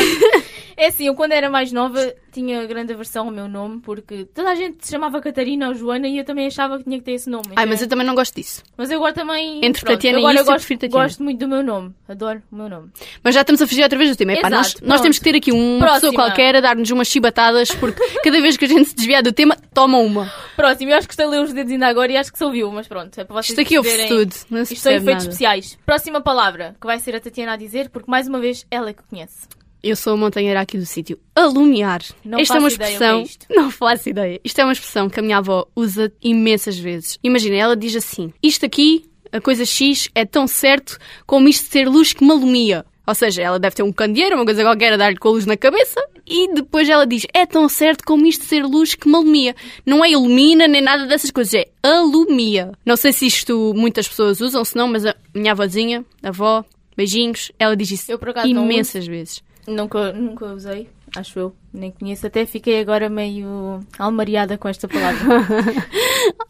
Speaker 1: É assim, eu quando era mais nova tinha grande aversão ao meu nome, porque toda a gente se chamava Catarina ou Joana e eu também achava que tinha que ter esse nome.
Speaker 2: Ai, mas
Speaker 1: entende?
Speaker 2: eu também não gosto disso.
Speaker 1: Mas eu agora também.
Speaker 2: Entre
Speaker 1: pronto,
Speaker 2: Tatiana e
Speaker 1: agora
Speaker 2: isso, eu
Speaker 1: eu gosto,
Speaker 2: prefiro Tatiana.
Speaker 1: gosto muito do meu nome. Adoro o meu nome.
Speaker 2: Mas já estamos a fugir outra vez do tema. Epá,
Speaker 1: Exato,
Speaker 2: nós,
Speaker 1: pronto.
Speaker 2: nós temos que ter aqui um, uma
Speaker 1: Próxima.
Speaker 2: pessoa qualquer a dar-nos umas chibatadas, porque <laughs> cada vez que a gente se desviar do tema, toma uma.
Speaker 1: Próximo, eu acho que estalei os dedos ainda agora e acho que se ouviu, mas pronto, é para vocês
Speaker 2: Isto aqui ouve-se
Speaker 1: perceberem.
Speaker 2: tudo. Não se
Speaker 1: Isto são
Speaker 2: percebe
Speaker 1: efeitos
Speaker 2: nada.
Speaker 1: especiais. Próxima palavra que vai ser a Tatiana a dizer, porque mais uma vez ela é que conhece.
Speaker 2: Eu sou a montanheira aqui do sítio. Alumiar.
Speaker 1: Não
Speaker 2: Esta é
Speaker 1: faço ideia o
Speaker 2: uma
Speaker 1: que
Speaker 2: expressão.
Speaker 1: é isto.
Speaker 2: <laughs> Não faço ideia. Isto é uma expressão que a minha avó usa imensas vezes. Imagina, ela diz assim: Isto aqui, a coisa X, é tão certo como isto ser luz que me alumia. Ou seja, ela deve ter um candeeiro, uma coisa qualquer, a dar-lhe com a luz na cabeça, e depois ela diz: É tão certo como isto ser luz que me alumia. Não é ilumina nem nada dessas coisas, é alumia. Não sei se isto muitas pessoas usam, se não, mas a minha avózinha, a avó, beijinhos, ela diz isso
Speaker 1: Eu, por acaso, não
Speaker 2: imensas vezes.
Speaker 1: Nunca, nunca usei, acho eu, nem conheço. Até fiquei agora meio almariada com esta palavra.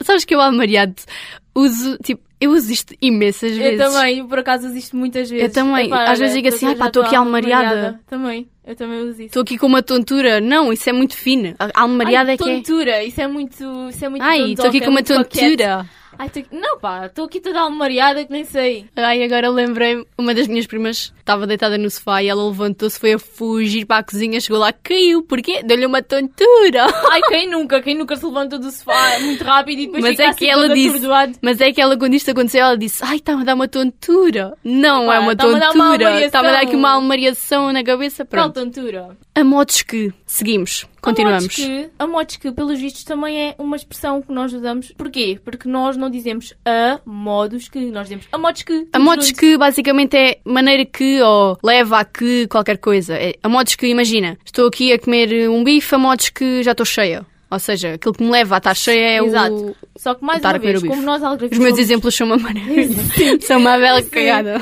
Speaker 2: Sabes que eu almariado uso, tipo, eu uso isto
Speaker 1: <laughs>
Speaker 2: imensas
Speaker 1: eu
Speaker 2: vezes.
Speaker 1: também, eu por acaso uso isto muitas vezes.
Speaker 2: Eu também. Às
Speaker 1: olha,
Speaker 2: vezes digo
Speaker 1: tô-
Speaker 2: assim,
Speaker 1: já
Speaker 2: "Ai, pá,
Speaker 1: tô
Speaker 2: tô aqui almariada."
Speaker 1: Também, eu também uso isso.
Speaker 2: Estou aqui com uma tontura. Não, isso é muito fino. A- a Almariada
Speaker 1: Ai,
Speaker 2: é que é.
Speaker 1: tontura, isso é muito. Isso é muito
Speaker 2: Ai,
Speaker 1: dondoca,
Speaker 2: estou aqui
Speaker 1: é
Speaker 2: com uma
Speaker 1: muito coquete.
Speaker 2: tontura.
Speaker 1: Ai, tô... Não, pá, estou aqui toda almariada que nem sei.
Speaker 2: Ai, agora lembrei uma das minhas primas estava deitada no sofá e ela levantou-se, foi a fugir para a cozinha, chegou lá, caiu. Porquê? Deu-lhe uma tontura. <laughs>
Speaker 1: Ai, quem nunca? Quem nunca se levanta do sofá muito rápido e depois
Speaker 2: Mas
Speaker 1: fica
Speaker 2: é
Speaker 1: assim
Speaker 2: que ela
Speaker 1: todo
Speaker 2: disse-
Speaker 1: atordoado?
Speaker 2: Mas é que ela, quando isto aconteceu, ela disse: Ai, está-me a dar uma tontura. Não
Speaker 1: Pá,
Speaker 2: é uma
Speaker 1: tá-me a dar uma
Speaker 2: tontura.
Speaker 1: almariação.
Speaker 2: Está-me a dar aqui uma almariação na cabeça.
Speaker 1: Pronto,
Speaker 2: Pronto.
Speaker 1: tontura.
Speaker 2: A modos que seguimos,
Speaker 1: A
Speaker 2: continuamos.
Speaker 1: modos que, a modos que, pelos vistos, também é uma expressão que nós usamos. Porquê? Porque nós não dizemos a modos que, nós dizemos a modos que.
Speaker 2: A
Speaker 1: Tudo
Speaker 2: modos
Speaker 1: junto.
Speaker 2: que basicamente é maneira que ou leva a que qualquer coisa. É, a modos que, imagina, estou aqui a comer um bife, a modos que já estou cheia. Ou seja, aquilo que me leva a estar cheia é o.
Speaker 1: Exato. Só que, mais
Speaker 2: estar
Speaker 1: uma
Speaker 2: a comer
Speaker 1: vez,
Speaker 2: o bife.
Speaker 1: como nós
Speaker 2: Os
Speaker 1: algravios
Speaker 2: meus
Speaker 1: somos-
Speaker 2: exemplos são uma maravilha. <laughs> são uma bela cagada.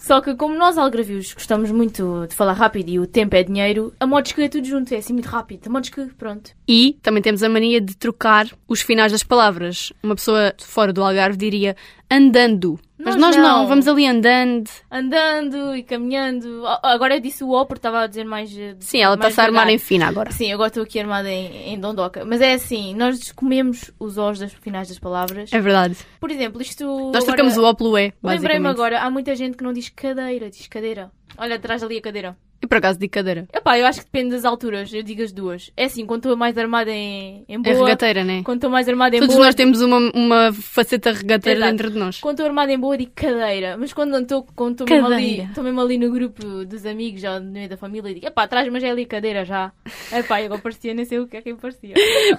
Speaker 1: Só que como nós algravios gostamos muito de falar rápido e o tempo é dinheiro, a modos que é tudo junto, é assim muito rápido. A modos que, pronto.
Speaker 2: E também temos a mania de trocar os finais das palavras. Uma pessoa fora do Algarve diria andando. Mas nós
Speaker 1: Nós
Speaker 2: não,
Speaker 1: não.
Speaker 2: vamos ali andando.
Speaker 1: Andando e caminhando. Ah, Agora eu disse o O porque estava a dizer mais... eh,
Speaker 2: Sim, ela
Speaker 1: mais
Speaker 2: está-se a armar
Speaker 1: devagar.
Speaker 2: em fina agora.
Speaker 1: Sim, agora estou aqui armada em, em dondoca. Mas é assim, nós comemos os Os das finais das palavras.
Speaker 2: É verdade.
Speaker 1: Por exemplo, isto...
Speaker 2: Nós
Speaker 1: agora-
Speaker 2: trocamos o O pelo E,
Speaker 1: Lembrei-me
Speaker 2: basicamente.
Speaker 1: agora, há muita gente que não diz cadeira, diz cadeira. Olha, traz ali a cadeira.
Speaker 2: E por acaso de cadeira.
Speaker 1: Epá, eu acho que depende das alturas, eu digo as duas. É assim, quando estou mais armada em, em
Speaker 2: É
Speaker 1: boa...
Speaker 2: regateira, né?
Speaker 1: Quando estou mais armada em
Speaker 2: Todos
Speaker 1: boa...
Speaker 2: nós temos uma, uma faceta regateira
Speaker 1: Exato.
Speaker 2: dentro de nós. <laughs>
Speaker 1: Quando estou armada em boa, digo cadeira. Mas quando não estou, quando estou mesmo ali,
Speaker 2: Cadeira.
Speaker 1: estou mesmo ali no grupo dos amigos ou no meio da família, digo, epá, traz-me já ali a cadeira já. Epá, eu agora parecia, nem sei o que é que me <laughs> parecia.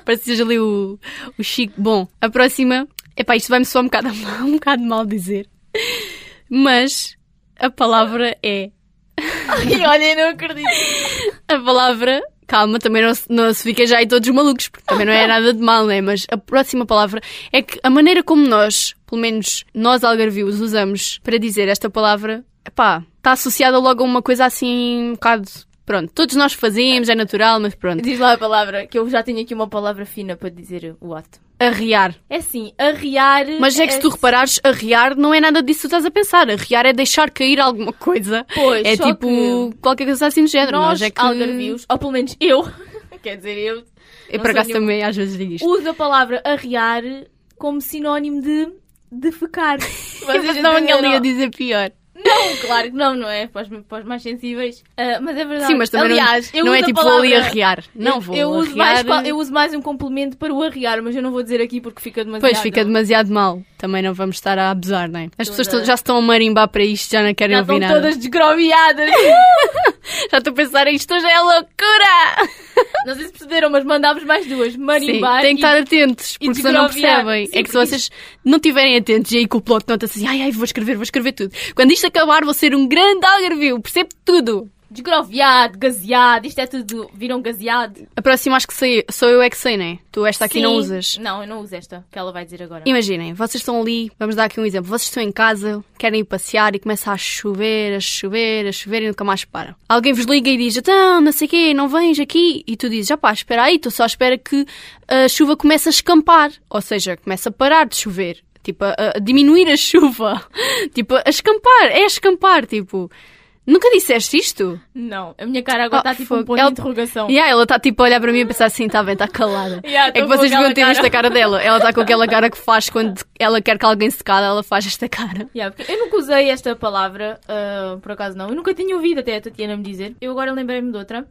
Speaker 2: Pareces ali o, o Chico. Bom, a próxima. Epá, isto vai-me soar um bocado, <laughs> a- um bocado mal dizer. Mas a palavra é.
Speaker 1: Ai, olha, eu não acredito.
Speaker 2: A palavra. Calma, também não, se- não se fiquem já aí todos malucos, porque também não é nada de mal, né? Mas a próxima palavra é que a maneira como nós, pelo menos nós algarvios, usamos para dizer esta palavra, epá, está associada logo a uma coisa assim, um bocado. Pronto, todos nós fazemos, é natural, mas pronto.
Speaker 1: Diz lá a palavra, que eu já tenho aqui uma palavra fina para dizer o ato.
Speaker 2: Arriar.
Speaker 1: É assim, arriar...
Speaker 2: Mas é que se tu reparares, arriar não é nada disso que tu estás a pensar. Arriar é deixar cair alguma coisa.
Speaker 1: Pois,
Speaker 2: é
Speaker 1: só
Speaker 2: tipo qualquer coisa assim do
Speaker 1: que
Speaker 2: género.
Speaker 1: nós,
Speaker 2: é que...
Speaker 1: algarvios, ou pelo menos eu, <laughs> quer dizer, eu,
Speaker 2: Eu
Speaker 1: não sou
Speaker 2: por acaso
Speaker 1: nenhuma-
Speaker 2: eh, também às vezes digo isto.
Speaker 1: uso a palavra arriar como sinónimo de
Speaker 2: <laughs>
Speaker 1: defecar.
Speaker 2: <laughs> Mas
Speaker 1: Vocês
Speaker 2: não
Speaker 1: entenderam?
Speaker 2: ali a dizer pior.
Speaker 1: é Não, claro que não, não é? Para os, para os mais sensíveis. Ah, mas é verdade.
Speaker 2: Sim, mas também não-
Speaker 1: Aliás,
Speaker 2: não,
Speaker 1: eu
Speaker 2: é
Speaker 1: uso a
Speaker 2: tipo vou
Speaker 1: palavra-
Speaker 2: ali arriar. Não vou
Speaker 1: eu uso, mais,
Speaker 2: arriar.
Speaker 1: qual- eu uso mais um complemento para o arriar, mas eu não vou dizer aqui porque fica demasiado.
Speaker 2: eh, Pois fica demasiado mal. Também não vamos estar a abusar, não é? As pessoas
Speaker 1: Toda-
Speaker 2: to- já se estão a marimbar para isto, já não querem
Speaker 1: Já
Speaker 2: ouvir
Speaker 1: estão
Speaker 2: nada.
Speaker 1: todas
Speaker 2: <laughs>
Speaker 1: desgroviadas.
Speaker 2: Já estou a pensar, isto hoje é loucura!
Speaker 1: não sei se perceberam, mas mandámos mais duas.
Speaker 2: Sim,
Speaker 1: Marimbar.
Speaker 2: têm
Speaker 1: e-
Speaker 2: que estar atentos, porque senão não
Speaker 1: desgroviar.
Speaker 2: percebem.
Speaker 1: Sim,
Speaker 2: É que se
Speaker 1: porque
Speaker 2: vocês não estiverem atentos, e aí que o plot nota assim, ai ai, vou escrever, vou escrever tudo. Quando isto acabar, vou ser um grande algarvio, percebo tudo.
Speaker 1: Desgroviado, gaseado, isto é tudo. Viram gaseado?
Speaker 2: A próxima acho que sei- sou eu é que sei, não é? Tu esta aqui não
Speaker 1: Sim.
Speaker 2: usas.
Speaker 1: Não, eu não uso esta, que ela vai dizer agora.
Speaker 2: Imaginem, vocês estão ali, vamos dar aqui um exemplo. Vocês estão em casa, querem ir passear e começa a chover, a chover, a chover e nunca mais param. Alguém vos liga e diz, então, não sei o quê, não vens aqui. E tu dizes, já pá, espera aí, estou só à espera que a chuva comece a escampar. Ou seja, começa a parar de chover. Tipo, a, a diminuir a <laughs> chuva. tipo, a escampar, é a escampar, tipo... Nunca disseste isto?
Speaker 1: Não, a minha cara agora
Speaker 2: Ah,
Speaker 1: está tipo um
Speaker 2: fogo.
Speaker 1: ponto
Speaker 2: Ela-
Speaker 1: de interrogação.
Speaker 2: E aí ela está tipo a olhar para mim e pensar assim, está bem, está calada.
Speaker 1: Yeah,
Speaker 2: é
Speaker 1: tô
Speaker 2: que
Speaker 1: com
Speaker 2: vocês
Speaker 1: aquela
Speaker 2: deviam ter visto a
Speaker 1: cara.
Speaker 2: cara dela. Ela está com aquela cara que faz quando ela quer que alguém se cale, ela faz esta cara.
Speaker 1: Yeah, porque eu nunca usei esta palavra, ah, por acaso não. Eu nunca tinha ouvido até a Tatiana me dizer. Eu agora lembrei-me de outra.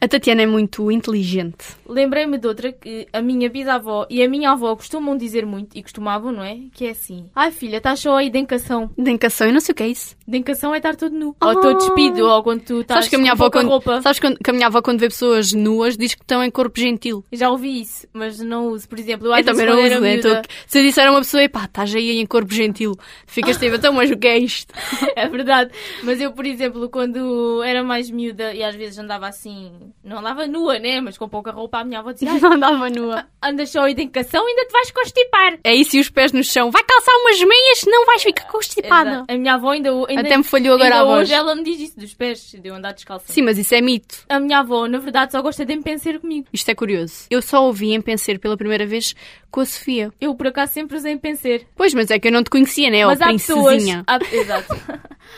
Speaker 2: A Tatiana é muito inteligente.
Speaker 1: Lembrei-me de outra que a minha bisavó e a minha avó costumam dizer muito, e costumavam, não é? Que é assim: Ai filha, estás só aí de encação.
Speaker 2: Dencação, eu não sei o que é isso.
Speaker 1: De encação é estar todo nu.
Speaker 2: Ai.
Speaker 1: Ou estou despido, ou quando tu estás
Speaker 2: Ah. sabes que a minha
Speaker 1: com
Speaker 2: avó
Speaker 1: Tá, pouca
Speaker 2: quando,
Speaker 1: roupa.
Speaker 2: sabes quando- que a minha avó quando vê pessoas nuas diz que estão em corpo gentil.
Speaker 1: Já ouvi isso, mas não uso. Por exemplo, eu
Speaker 2: Eu
Speaker 1: acho que
Speaker 2: também não uso, né?
Speaker 1: miúda,
Speaker 2: Então, se eu disser a uma pessoa, epá, estás aí em corpo gentil, ficas tipo, então, mas o que é isto?
Speaker 1: <laughs> É verdade. Mas eu, por exemplo, quando era mais miúda e às vezes andava assim, não andava nua, né? Mas com pouca roupa, a minha avó dizia: "Ai,
Speaker 2: Não andava nua.
Speaker 1: andas só aí de encação ainda te vais constipar.
Speaker 2: É isso e os pés no chão. Vai calçar umas meias, senão vais ficar constipada.
Speaker 1: Exato. A minha avó ainda, ainda
Speaker 2: Ah, Até me falhou agora
Speaker 1: ainda
Speaker 2: a voz.
Speaker 1: hoje ela me diz isso dos pés, de eu andar descalça.
Speaker 2: Sim, mas isso é mito.
Speaker 1: A minha avó, na verdade, só gosta de me pensar comigo.
Speaker 2: Isto é curioso. Eu só ouvi em Penser pela primeira vez com a Sofia.
Speaker 1: Eu, por acaso, sempre usei em pensar.
Speaker 2: Pois, mas é que eu não te conhecia, né? Ó,
Speaker 1: Mas há pessoas.
Speaker 2: princesinha.
Speaker 1: Há,
Speaker 2: <laughs>
Speaker 1: exato.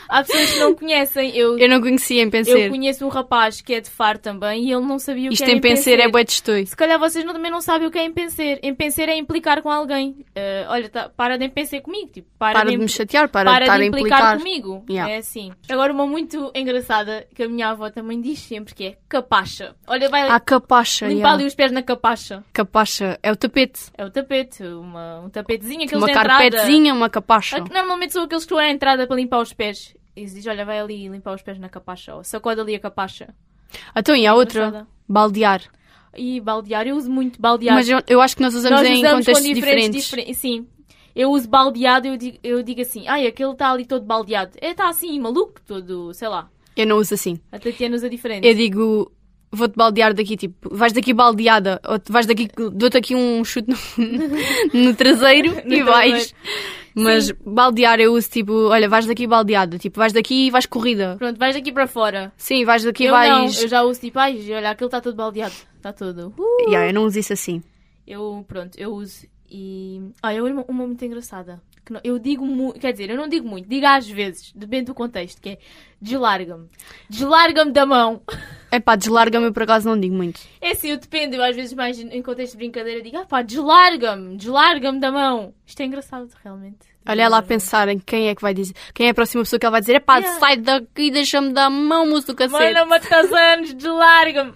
Speaker 1: há pessoas que não conhecem. Eu,
Speaker 2: Eu não conhecia em
Speaker 1: eu
Speaker 2: Penser.
Speaker 1: conheço um rapaz que é de Faro também e ele não sabia o
Speaker 2: Isto
Speaker 1: que era
Speaker 2: em Penser é
Speaker 1: Pencer.
Speaker 2: bué de estoio.
Speaker 1: Se calhar vocês não- também não sabem o que é empenser. Empenser é implicar com alguém. Eh, olha, tá- para de empenser comigo. Tipo, para,
Speaker 2: Para de
Speaker 1: em-
Speaker 2: me chatear, para, de
Speaker 1: para
Speaker 2: estar
Speaker 1: de
Speaker 2: a
Speaker 1: implicar,
Speaker 2: implicar.
Speaker 1: comigo.
Speaker 2: Yeah.
Speaker 1: É assim. Agora, uma muito engraçada que a minha avó também diz sempre que é capacha. Olha, vai
Speaker 2: A capacha.
Speaker 1: limpar
Speaker 2: Ah, yeah.
Speaker 1: ali os pés na capacha.
Speaker 2: Capacha. É o tapete.
Speaker 1: É o tapete, uma, um tapetezinho que eles
Speaker 2: Uma
Speaker 1: na entrada-
Speaker 2: carpetezinha, uma capacha.
Speaker 1: Ah, que Normalmente são aqueles que estão à entrada para limpar os pés. E se diz, olha, vai ali limpar os pés na capacha. Ou sacode ali a capacha.
Speaker 2: Então, e há outra?
Speaker 1: engraçada.
Speaker 2: Baldear.
Speaker 1: E baldear, eu uso muito baldear.
Speaker 2: Mas eu, eu acho que nós usamos
Speaker 1: Nós
Speaker 2: em
Speaker 1: usamos com
Speaker 2: contextos
Speaker 1: diferentes, diferen-
Speaker 2: diferentes.
Speaker 1: Sim. Eu uso baldeado, eu digo, eu digo assim, ai, aquele está ali todo baldeado. É, está assim, maluco, todo, sei lá.
Speaker 2: Eu não uso assim.
Speaker 1: A Tatiana usa diferente.
Speaker 2: Eu digo, vou-te baldear daqui, tipo, vais daqui baldeada, ou te- vais daqui, dou-te aqui um chute <laughs> no, no traseiro
Speaker 1: <laughs> No
Speaker 2: e vais. Mas baldear eu uso tipo, olha, vais daqui baldeada, tipo, vais daqui e vais corrida.
Speaker 1: Pronto, vais daqui para fora.
Speaker 2: Sim, vais daqui e
Speaker 1: eu
Speaker 2: vais.
Speaker 1: não, eu já uso tipo, ai, olha, aquele está todo baldeado. Está todo. Uh!
Speaker 2: Yeah, eu não uso isso assim.
Speaker 1: Eu, pronto, eu uso e... Olha, uma, uma muito engraçada. Que não- eu digo muito, quer dizer, eu não digo muito, digo às vezes, depende do contexto, que é deslarga-me. Deslarga-me da mão.
Speaker 2: É pá, deslarga-me, eu por acaso não digo muito.
Speaker 1: É assim, eu dependo, eu às vezes mais em contexto de brincadeira digo, ah pá, deslarga-me, deslarga-me da mão. Isto é engraçado, realmente.
Speaker 2: Olha ela a pensar em quem é que vai dizer, quem é a próxima pessoa que ela vai dizer, é pá,
Speaker 1: Yeah.
Speaker 2: sai daqui, deixa-me dar a mão, moço do cacete.
Speaker 1: Mãe, não matas anos, deslarga-me.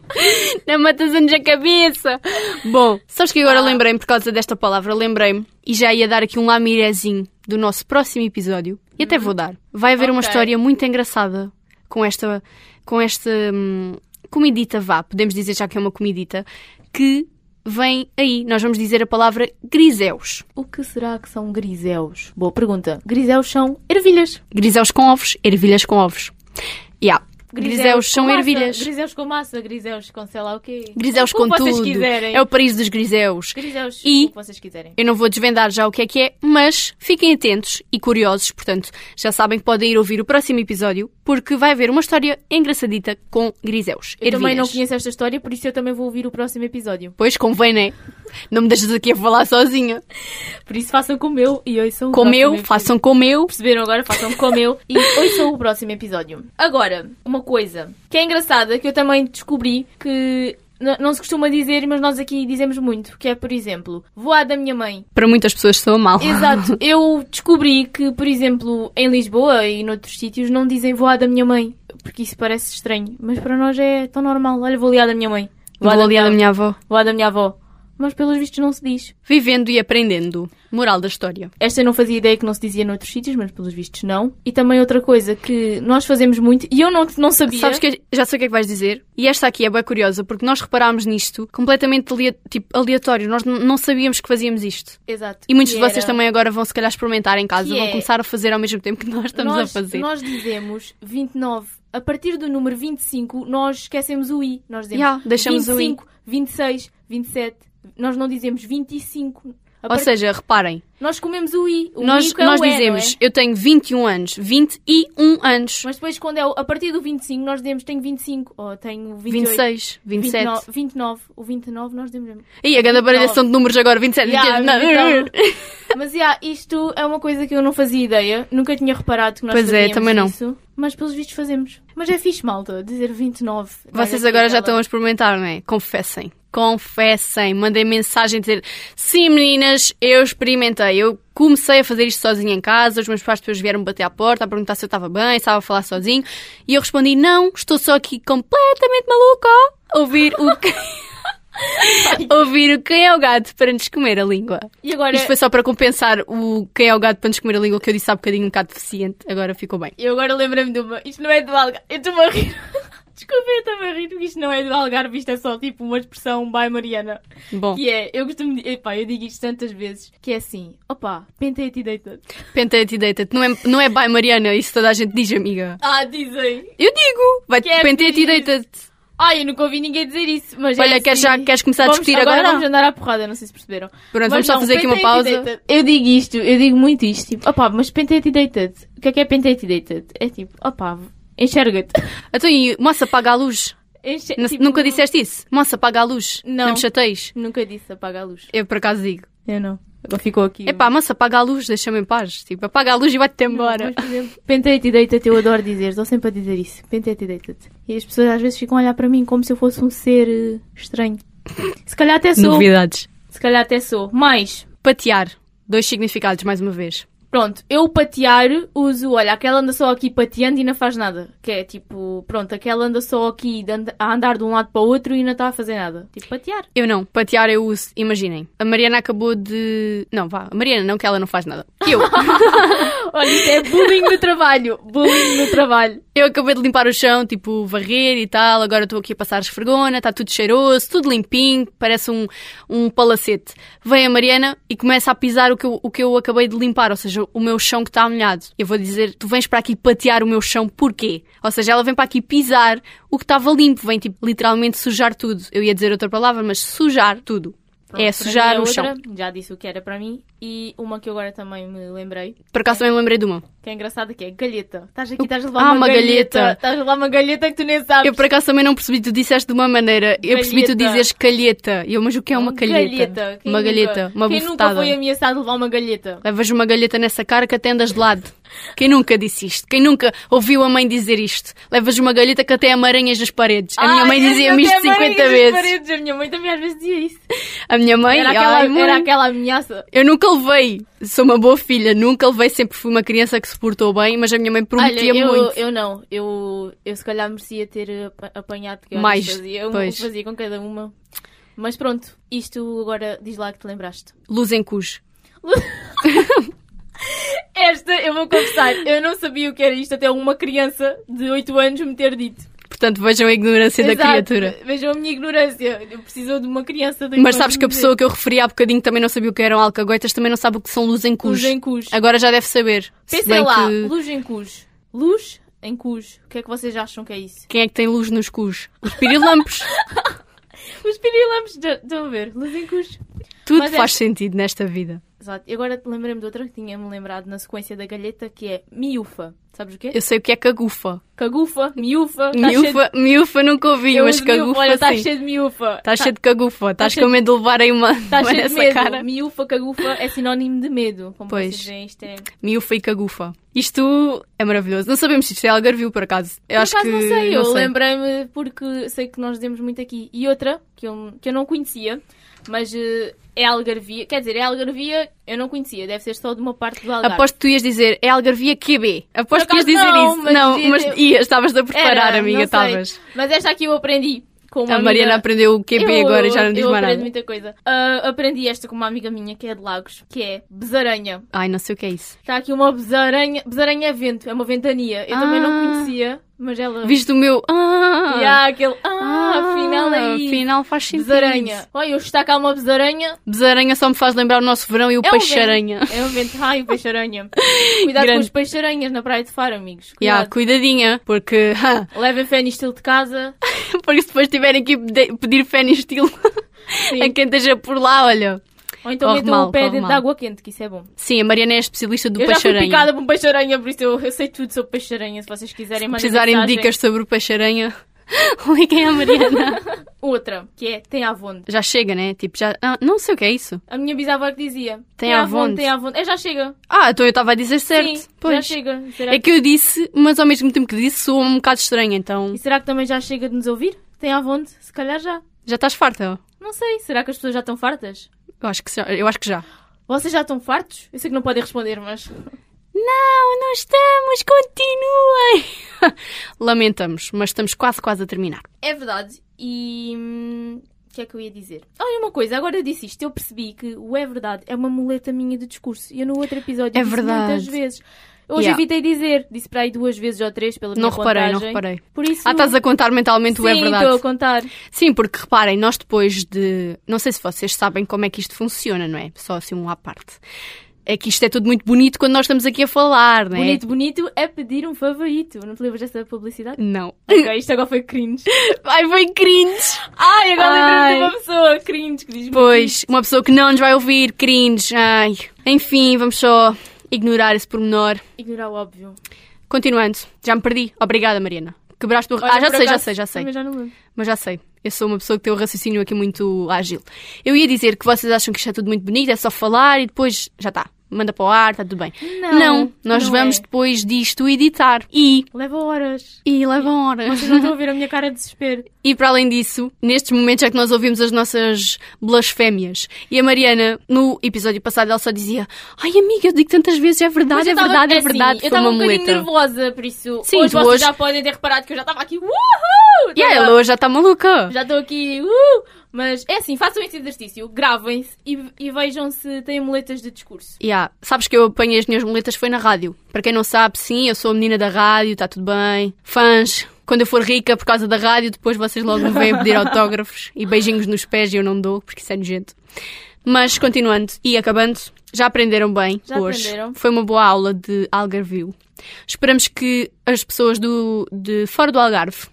Speaker 2: Não matas-nos a cabeça. Bom, sabes que
Speaker 1: Ah.
Speaker 2: agora lembrei-me por causa desta palavra, lembrei-me e já ia dar aqui um lamirezinho do nosso próximo episódio. E até vou dar. Vai haver uma
Speaker 1: Uhum. Ok.
Speaker 2: história muito engraçada com esta com esta hum, comidita vá, podemos dizer já que é uma comidita que vem aí. Nós vamos dizer a palavra griseus.
Speaker 1: <laughs> O que será que são griseus? Boa pergunta. Griseus são ervilhas.
Speaker 2: Griseus com ovos, ervilhas com ovos. Yeah. Griseus,
Speaker 1: com
Speaker 2: são
Speaker 1: massa,
Speaker 2: ervilhas.
Speaker 1: Griseus com massa, griseus com sei lá o quê.
Speaker 2: Griseus
Speaker 1: O que
Speaker 2: com
Speaker 1: vocês
Speaker 2: tudo.
Speaker 1: quiserem.
Speaker 2: É o país dos griseus.
Speaker 1: Griseus,
Speaker 2: E-
Speaker 1: o que vocês quiserem.
Speaker 2: Eu não vou desvendar já o que é que é, mas fiquem atentos e curiosos, portanto, já sabem que podem ir ouvir o próximo episódio, porque vai haver uma história engraçadita com griseus.
Speaker 1: Eu também não
Speaker 2: ervilhas.
Speaker 1: conheço esta história, por isso eu também vou ouvir o próximo episódio.
Speaker 2: Pois convém, né? Não me deixas aqui a falar sozinha.
Speaker 1: Por isso façam como eu e ouçam o
Speaker 2: Como eu,
Speaker 1: próximo
Speaker 2: façam como eu.
Speaker 1: Perceberam agora? Façam como eu e ouçam o próximo episódio. Agora, uma coisa que é engraçada, que eu também descobri que n- não se costuma dizer, mas nós aqui dizemos muito, que é, por exemplo, vou à da minha mãe.
Speaker 2: Para muitas pessoas sou mal.
Speaker 1: Exato. Eu descobri que, por exemplo, em Lisboa e noutros sítios não dizem vou à da minha mãe, porque isso parece estranho, mas para nós é tão normal. Olha, vou ali à da minha mãe.
Speaker 2: <laughs> Vou
Speaker 1: à
Speaker 2: ali à da minha avó.
Speaker 1: Vou à da minha avó. Mas pelos vistos não se diz.
Speaker 2: Vivendo e aprendendo. Moral da história.
Speaker 1: Esta eu não fazia ideia que não se dizia noutros sítios, mas pelos vistos não. E também outra coisa que nós fazemos muito, e eu não, não sabia.
Speaker 2: Sabes que eu já sei o que é que vais dizer? E esta aqui é bem curiosa, porque nós reparámos nisto completamente alia- tipo, aleatório. Nós n- não sabíamos que fazíamos isto.
Speaker 1: Exato.
Speaker 2: E muitos
Speaker 1: Que
Speaker 2: de vocês
Speaker 1: era-
Speaker 2: também agora vão se calhar experimentar em casa,
Speaker 1: Que
Speaker 2: vão
Speaker 1: é-
Speaker 2: começar a fazer ao mesmo tempo que nós estamos
Speaker 1: nós,
Speaker 2: a fazer.
Speaker 1: Nós dizemos 29. A partir do número 25, nós esquecemos o i. Nós dizemos
Speaker 2: Yeah, deixamos o i.
Speaker 1: 25, 26, 27. Nós não dizemos 25. A
Speaker 2: Ou
Speaker 1: part-
Speaker 2: seja, reparem,
Speaker 1: nós comemos o i. O
Speaker 2: nós,
Speaker 1: único é
Speaker 2: nós
Speaker 1: o E, não
Speaker 2: dizemos
Speaker 1: é?
Speaker 2: eu tenho 21 anos, 21 anos,
Speaker 1: Mas depois, quando é o- a partir do 25, nós dizemos tenho 25. Ou tenho 28.
Speaker 2: 26, 27.
Speaker 1: 29, 29. O 29 nós dizemos.
Speaker 2: Ih, a grande baralhação de números agora, 27,
Speaker 1: Yeah,
Speaker 2: 28, um, não.
Speaker 1: então- mas yeah, isto é uma coisa que eu não fazia ideia. Nunca tinha reparado que nós
Speaker 2: Pois é,
Speaker 1: fazíamos
Speaker 2: também não.
Speaker 1: isso. Mas pelos vistos fazemos. Mas é fixe, malta, dizer 29. Vai
Speaker 2: Vocês
Speaker 1: daqui
Speaker 2: agora já
Speaker 1: até
Speaker 2: estão
Speaker 1: lá.
Speaker 2: a experimentar, não é? Confessem. Confessem, mandem mensagem dizer sim meninas, eu experimentei, eu comecei a fazer isto sozinha em casa, os meus pais depois vieram bater à porta a perguntar se eu estava bem, se estava a falar sozinho e eu respondi não, estou só aqui completamente maluca a ouvir o que... <laughs> ouvir o quem é o gato para nos comer a língua.
Speaker 1: E agora,
Speaker 2: Isto foi só para compensar o quem é o gato para nos comer a língua que eu disse há bocadinho um bocado deficiente, agora ficou bem.
Speaker 1: eu agora lembro-me de uma. Isto não é do Algarve. Eu estou-me a rir. <laughs> Desculpa, eu estou-me a rir porque isto não é do Algarve. Isto é só tipo uma expressão by Mariana.
Speaker 2: Bom,
Speaker 1: Que é, eu costumo. de- Epá, eu digo isto tantas vezes. Que é assim: opá, penteia-te e deita-te.
Speaker 2: penteia-te e deita-te, não é, não é bye Mariana, isso toda a gente diz amiga.
Speaker 1: Ah, dizem.
Speaker 2: Eu digo! Vai-te
Speaker 1: Que é
Speaker 2: penteia-te e
Speaker 1: preciso.
Speaker 2: deita-te.
Speaker 1: Ai, eu nunca ouvi ninguém dizer isso. Mas é
Speaker 2: Olha, queres
Speaker 1: assim.
Speaker 2: já- queres começar a
Speaker 1: Vamos-
Speaker 2: discutir
Speaker 1: agora?
Speaker 2: agora?
Speaker 1: Vamos andar à porrada, não sei se perceberam.
Speaker 2: Pronto,
Speaker 1: Mas
Speaker 2: vamos só
Speaker 1: não,
Speaker 2: fazer aqui uma
Speaker 1: penteia-te e
Speaker 2: pausa.
Speaker 1: deita-te. Eu digo isto, eu digo muito isto. Tipo, opá, mas penteia-te e deita-te. O que é que é penteia-te e deita-te? É tipo, opá,
Speaker 2: <laughs>
Speaker 1: enxerga-te.
Speaker 2: Então, e moça, apaga a luz.
Speaker 1: Enxe-
Speaker 2: N-
Speaker 1: tipo,
Speaker 2: Nunca disseste isso? Moça, apaga a luz.
Speaker 1: Não.
Speaker 2: Não me chateis.
Speaker 1: Nunca disse apaga a luz.
Speaker 2: Eu por acaso digo.
Speaker 1: Eu não. Agora ficou aqui.
Speaker 2: Epá, moça, apaga a luz, deixa-me em paz. Tipo, apaga a luz e vai-te embora.
Speaker 1: Mas, por exemplo, penteia-te e deita-te, eu adoro dizer, estou sempre a dizer isso. Penteia-te e deita-te. E as pessoas às vezes ficam a olhar para mim como se eu fosse um ser eh, estranho. Se calhar até sou.
Speaker 2: Novidades.
Speaker 1: Se calhar até sou. Mas,
Speaker 2: Patear. Dois significados, mais uma vez.
Speaker 1: Pronto, eu patear uso, olha, aquela anda só aqui pateando e não faz nada. Que é tipo, pronto, aquela anda só aqui de and- a andar de um lado para o outro e não está a fazer nada. Tipo, patear.
Speaker 2: Eu não. Patear eu uso, imaginem. A Mariana acabou de. Não, vá. A Mariana não, que ela não faz nada. Eu.
Speaker 1: <laughs> Olha, isto é bullying no trabalho. Bullying no trabalho.
Speaker 2: Eu acabei de limpar o chão, tipo, varrer e tal, agora estou aqui a passar esfregona, está tudo cheiroso, tudo limpinho, parece um, um palacete. Vem a Mariana e começa a pisar o que, eu, o que eu acabei de limpar, ou seja, o meu chão que está molhado. Eu vou dizer, tu vens para aqui patear o meu chão, porquê? Ou seja, ela vem para aqui pisar o que estava limpo, vem, tipo, literalmente sujar tudo. Eu ia dizer outra palavra, mas sujar tudo. é
Speaker 1: Pronto, para
Speaker 2: sujar
Speaker 1: mim
Speaker 2: o
Speaker 1: outra.
Speaker 2: chão.
Speaker 1: Já disse o que era para mim. E uma que eu agora também me lembrei,
Speaker 2: Por acaso também me lembrei de uma.
Speaker 1: que é engraçada, que é galheta. Estás aqui, estás a levar
Speaker 2: Ah,
Speaker 1: uma,
Speaker 2: uma galheta.
Speaker 1: Estás a levar uma galheta que tu nem sabes.
Speaker 2: Eu por acaso também não percebi, tu disseste de uma maneira. Eu percebi tu
Speaker 1: Calheta.
Speaker 2: dizeres calheta. E eu, mas o que é uma calheta?
Speaker 1: Quem
Speaker 2: Uma
Speaker 1: nunca-
Speaker 2: galheta, uma
Speaker 1: Quem nunca
Speaker 2: bufetada.
Speaker 1: foi ameaçado de levar uma galheta?
Speaker 2: Levas uma galheta nessa cara que até andas de lado. Quem nunca disse isto? Quem nunca ouviu a mãe dizer isto? Levas uma galheta que até amaranhas nas paredes. A minha
Speaker 1: Ai,
Speaker 2: mãe
Speaker 1: Ah, é eu
Speaker 2: dizia-me
Speaker 1: até
Speaker 2: isto
Speaker 1: amei
Speaker 2: 50
Speaker 1: essas
Speaker 2: vezes.
Speaker 1: paredes. A minha mãe também às vezes dizia isso.
Speaker 2: A minha mãe,
Speaker 1: Era aquela,
Speaker 2: ai, mãe,
Speaker 1: era aquela ameaça.
Speaker 2: eu nunca levei. Sou uma boa filha, nunca levei. Sempre fui uma criança que se portou bem, mas a minha mãe prometia
Speaker 1: Olha, eu,
Speaker 2: muito.
Speaker 1: eu não. Eu, eu se calhar merecia ter eh, apa- apanhado porque eu
Speaker 2: Mais,
Speaker 1: fazia, eu
Speaker 2: pois.
Speaker 1: fazia com cada uma. Mas pronto, isto agora diz lá que te lembraste.
Speaker 2: <laughs> Luz em cus.
Speaker 1: Esta, eu vou confessar, eu não sabia o que era isto até uma criança de 8 anos me ter dito.
Speaker 2: Portanto, vejam a ignorância da
Speaker 1: Exato.
Speaker 2: criatura.
Speaker 1: Vejam a minha ignorância. Eu precisou de uma criança de
Speaker 2: Mas sabes que a pessoa que eu referi há bocadinho que também não sabia o que eram alcagoitas, também não sabe o que são luz em cus.
Speaker 1: Luz em cus.
Speaker 2: Agora já deve saber. Se
Speaker 1: Pensem
Speaker 2: bem
Speaker 1: lá,
Speaker 2: que-
Speaker 1: luz em cus. Luz em cus. O que é que vocês acham que é isso?
Speaker 2: Quem é que tem luz nos cus? Os
Speaker 1: <laughs>
Speaker 2: pirilampos.
Speaker 1: Os pirilampos, de- estão a ver? Luz em cus.
Speaker 2: Tudo
Speaker 1: Mas é-
Speaker 2: faz sentido nesta vida.
Speaker 1: Exato. E agora lembrei-me de outra que tinha-me lembrado na sequência da galheta, que é miúfa. Sabes o quê?
Speaker 2: Eu sei o que é cagufa.
Speaker 1: Cagufa, miúfa. tá cheio
Speaker 2: Miúfa, miúfa nunca ouvi,
Speaker 1: de... Eu
Speaker 2: mas
Speaker 1: uso miúfa,
Speaker 2: cagufa
Speaker 1: Olha, estás
Speaker 2: tá sim. Tá
Speaker 1: cheio de miúfa.
Speaker 2: Estás cheio de cagufa. Estás
Speaker 1: cheio
Speaker 2: com medo de levar aí uma
Speaker 1: Estás
Speaker 2: uma <laughs>
Speaker 1: cheio de
Speaker 2: nessa
Speaker 1: medo.
Speaker 2: cara.
Speaker 1: Miúfa, cagufa é sinónimo de medo. Como
Speaker 2: Pois.
Speaker 1: vocês veem, isto é...
Speaker 2: Miúfa e cagufa. Isto é maravilhoso. Não sabemos se isto é algarvio, por acaso. Eu
Speaker 1: Por
Speaker 2: acho
Speaker 1: acaso
Speaker 2: que...
Speaker 1: não sei, eu lembrei-me porque sei que nós dizemos muito aqui. E outra, que eu, que eu não conhecia, mas eh, é Algarvia. Quer dizer, é Algarvia, eu não conhecia. Deve ser só de uma parte do Algarve.
Speaker 2: Aposto que tu ias dizer, é algarvia QB. Aposto que
Speaker 1: Por
Speaker 2: ias
Speaker 1: acaso
Speaker 2: dizer
Speaker 1: não,
Speaker 2: isso.
Speaker 1: mas
Speaker 2: não,
Speaker 1: devia
Speaker 2: mas
Speaker 1: ter-
Speaker 2: ias. Estavas a preparar,
Speaker 1: Era,
Speaker 2: amiga.
Speaker 1: não sei.
Speaker 2: Estavas.
Speaker 1: Mas esta aqui eu aprendi com uma
Speaker 2: A Mariana
Speaker 1: amiga...
Speaker 2: aprendeu o QB
Speaker 1: Eu-
Speaker 2: agora, já não diz
Speaker 1: eu
Speaker 2: mais
Speaker 1: aprendo
Speaker 2: nada.
Speaker 1: muita coisa. Ah, aprendi esta com uma amiga minha que é de Lagos, que é besaranha.
Speaker 2: Ai, não sei o que é isso.
Speaker 1: Está aqui uma besaranha. Besaranha é vento, é uma ventania. Eu também não
Speaker 2: Ah.
Speaker 1: conhecia, mas ela.
Speaker 2: Viste o meu... Ah,
Speaker 1: E há aquele. Ah, afinal é isso.
Speaker 2: Afinal faz sentido.
Speaker 1: Besaranha. Olha, hoje está cá uma besaranha.
Speaker 2: Besaranha só me faz lembrar o nosso verão e o
Speaker 1: É um <laughs>
Speaker 2: peixe-aranha.
Speaker 1: vento. É um vento. Ai, o peixe-aranha. Cuidado com
Speaker 2: Grande.
Speaker 1: os peixe-aranhas na Praia de Faro, amigos.
Speaker 2: Yeah,
Speaker 1: Cuidado.
Speaker 2: cuidadinha, porque, <laughs> ha,
Speaker 1: Levem fé no estilo de
Speaker 2: <laughs>
Speaker 1: casa.
Speaker 2: porque se depois tiverem que pede- pedir fé no estilo
Speaker 1: Sim.
Speaker 2: a quem esteja por lá, olha.
Speaker 1: Ou então
Speaker 2: É Corre
Speaker 1: metam
Speaker 2: mal,
Speaker 1: o pé
Speaker 2: corre
Speaker 1: dentro
Speaker 2: mal.
Speaker 1: de água quente, que isso é bom.
Speaker 2: Sim, a Mariana é a especialista do
Speaker 1: eu já fui
Speaker 2: peixe-aranha.
Speaker 1: picada por um peixe-aranha, por isso eu, eu sei tudo sobre peixe-aranha. Se vocês quiserem mandar
Speaker 2: Precisarem de dicas sobre o peixe-aranha, <laughs> liguem à Mariana.
Speaker 1: Outra, que é tem avonde.
Speaker 2: já chega, né? Tipo, já. ah, não sei o que é isso.
Speaker 1: A minha bisavó que dizia
Speaker 2: Tem avonde.
Speaker 1: tem avonde. É, já chega.
Speaker 2: Ah, então eu estava a dizer certo.
Speaker 1: Sim, já
Speaker 2: pois.
Speaker 1: chega. Será
Speaker 2: É que eu disse, mas ao mesmo tempo que disse, soa um bocado estranho, então.
Speaker 1: E será que também já chega de nos ouvir? Tem avonde? Se calhar já.
Speaker 2: Já estás farta?
Speaker 1: Não sei. Será que as pessoas já estão fartas?
Speaker 2: Eu acho que já. Eu acho que já.
Speaker 1: Vocês já estão fartos? Eu sei que não podem responder, mas.
Speaker 2: Não, não estamos, continuem! <laughs> Lamentamos, mas estamos quase, quase a terminar.
Speaker 1: É verdade. E. hum, O que é que eu ia dizer? Olha uma coisa, agora eu disse isto, eu percebi que o é verdade é uma muleta minha de discurso. E eu no outro episódio
Speaker 2: É
Speaker 1: disse
Speaker 2: verdade.
Speaker 1: muitas vezes. Hoje
Speaker 2: Yeah.
Speaker 1: evitei dizer, disse para aí duas vezes ou três pela
Speaker 2: Não
Speaker 1: minha
Speaker 2: reparei, não
Speaker 1: contagem.
Speaker 2: reparei.
Speaker 1: Por isso.
Speaker 2: Ah, estás a contar mentalmente o é
Speaker 1: Sim,
Speaker 2: verdade. Né?
Speaker 1: estou a contar.
Speaker 2: Sim, porque reparem, nós depois de. Não sei se vocês sabem como é que isto funciona, não é? Só assim um à parte. É que isto é tudo muito bonito quando nós estamos aqui a falar, não é?
Speaker 1: Bonito, bonito é pedir um favorito. Não te lembras dessa
Speaker 2: <laughs>
Speaker 1: publicidade?
Speaker 2: Não.
Speaker 1: ok, isto agora foi cringe.
Speaker 2: Ai, foi cringe!
Speaker 1: Ai, agora lembrei-me de
Speaker 2: Ai.
Speaker 1: uma pessoa cringe que diz muito isso.
Speaker 2: Pois, uma pessoa que não nos vai ouvir, cringe. Ai. Enfim, vamos só ignorar esse pormenor.
Speaker 1: Ignorar o óbvio.
Speaker 2: Continuando, já me perdi. Obrigada, Mariana. Quebraste o.
Speaker 1: Olha,
Speaker 2: Ah, já
Speaker 1: por
Speaker 2: sei, já
Speaker 1: acaso,
Speaker 2: sei, já sei.
Speaker 1: também já não lembro.
Speaker 2: Mas já sei, eu sou uma pessoa que tem o raciocínio aqui muito ágil. Eu ia dizer que vocês acham que isto é tudo muito bonito, é só falar e depois já está. Manda para o ar, está tudo bem.
Speaker 1: Não,
Speaker 2: nós
Speaker 1: não
Speaker 2: vamos
Speaker 1: é.
Speaker 2: depois disto editar. E.
Speaker 1: Leva horas.
Speaker 2: E leva horas.
Speaker 1: Vocês não estão a ver a minha cara de desespero.
Speaker 2: E para além disso, nestes momentos é que nós ouvimos as nossas blasfémias. E a Mariana, no episódio passado, ela só dizia: Ai amiga, eu digo tantas vezes, é
Speaker 1: Mas
Speaker 2: verdade,
Speaker 1: eu
Speaker 2: é
Speaker 1: tava-
Speaker 2: verdade, é
Speaker 1: assim,
Speaker 2: verdade.
Speaker 1: Eu
Speaker 2: Foi
Speaker 1: estava
Speaker 2: uma
Speaker 1: um bocadinho
Speaker 2: muleta.
Speaker 1: nervosa, por isso.
Speaker 2: Sim,
Speaker 1: hoje
Speaker 2: tu
Speaker 1: vocês
Speaker 2: hoje-
Speaker 1: já podem ter reparado que eu já estava aqui. Uhul!
Speaker 2: E
Speaker 1: Tava-
Speaker 2: ela hoje já está tá maluca.
Speaker 1: Já estou aqui. Uh! Mas é assim, façam esse exercício, gravem-se e, e vejam se têm muletas de discurso.
Speaker 2: Yeah. Sabes que eu apanhei as minhas muletas foi na rádio. Para quem não sabe, sim, eu sou a menina da rádio, está tudo bem. Fãs, quando eu for rica por causa da rádio, depois vocês logo me vêm pedir autógrafos e beijinhos nos pés e eu não dou, porque isso é nojento. Mas continuando e acabando, já aprenderam bem
Speaker 1: Já
Speaker 2: hoje.
Speaker 1: aprenderam.
Speaker 2: Foi uma boa aula de Algarvio. Esperamos que as pessoas do, de fora do Algarve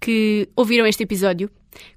Speaker 2: que ouviram este episódio,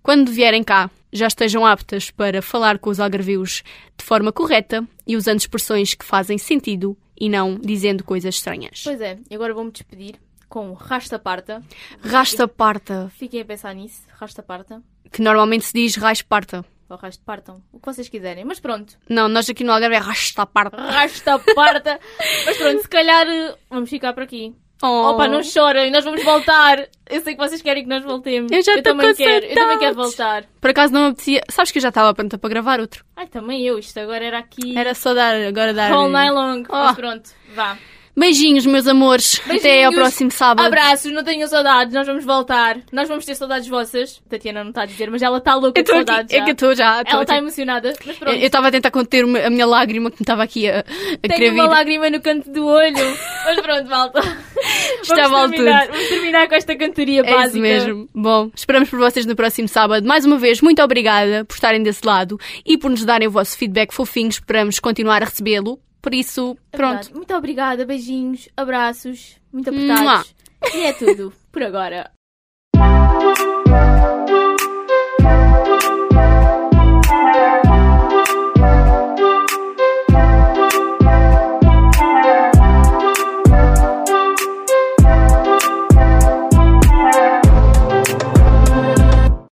Speaker 2: quando vierem cá, já estejam aptas para falar com os algarvios de forma correta e usando expressões que fazem sentido e não dizendo coisas estranhas.
Speaker 1: Pois é, e agora vou-me despedir com rasta parta.
Speaker 2: Rasta parta,
Speaker 1: Fiquem a pensar nisso, rasta parta.
Speaker 2: que normalmente se diz raiz parta.
Speaker 1: Ou rasto partam, o que vocês quiserem. Mas pronto,
Speaker 2: Não, nós aqui no Algarve é rasta parta.
Speaker 1: rasta
Speaker 2: <laughs>
Speaker 1: parta. Mas pronto, se calhar eh, vamos ficar por aqui.
Speaker 2: Oh.
Speaker 1: Opa, não chorem, nós vamos voltar. Eu sei que vocês querem que nós voltemos.
Speaker 2: Eu já tô
Speaker 1: também
Speaker 2: com
Speaker 1: quero, eu também quero
Speaker 2: saudades.
Speaker 1: voltar.
Speaker 2: Por acaso não me apetecia. Sabes que eu já estava pronta para gravar outro.
Speaker 1: Ai, também eu, isto agora era aqui.
Speaker 2: Era só dar, agora dar.
Speaker 1: All night long. Mas
Speaker 2: Oh.
Speaker 1: pronto, vá.
Speaker 2: Beijinhos, meus amores. Até ao
Speaker 1: Beijinhos,
Speaker 2: próximo sábado.
Speaker 1: Abraços, não tenham saudades, nós vamos voltar. Nós vamos ter saudades vossas. Tatiana não está a dizer, mas ela está louca
Speaker 2: Eu
Speaker 1: de
Speaker 2: estou aqui.
Speaker 1: saudades.
Speaker 2: É
Speaker 1: já.
Speaker 2: que eu estou já. tô
Speaker 1: Ela está
Speaker 2: aqui.
Speaker 1: emocionada, mas
Speaker 2: Eu
Speaker 1: pronto.
Speaker 2: eu estava a tentar conter uma- a minha lágrima que me estava aqui a, a querer
Speaker 1: Tenho uma
Speaker 2: vir.
Speaker 1: lágrima no canto do
Speaker 2: <laughs>
Speaker 1: olho. Mas pronto, malta.
Speaker 2: Está
Speaker 1: vamos
Speaker 2: vale
Speaker 1: terminar, vamos terminar com esta cantoria
Speaker 2: É
Speaker 1: básica.
Speaker 2: isso mesmo. Bom, esperamos por vocês no próximo sábado. Mais uma vez, muito obrigada por estarem desse lado e por nos darem o vosso feedback fofinho. Esperamos continuar a recebê-lo. Por isso,
Speaker 1: É
Speaker 2: pronto.
Speaker 1: verdade. Muito obrigada, beijinhos, abraços, muito
Speaker 2: Mua.
Speaker 1: apertados. E é tudo por agora.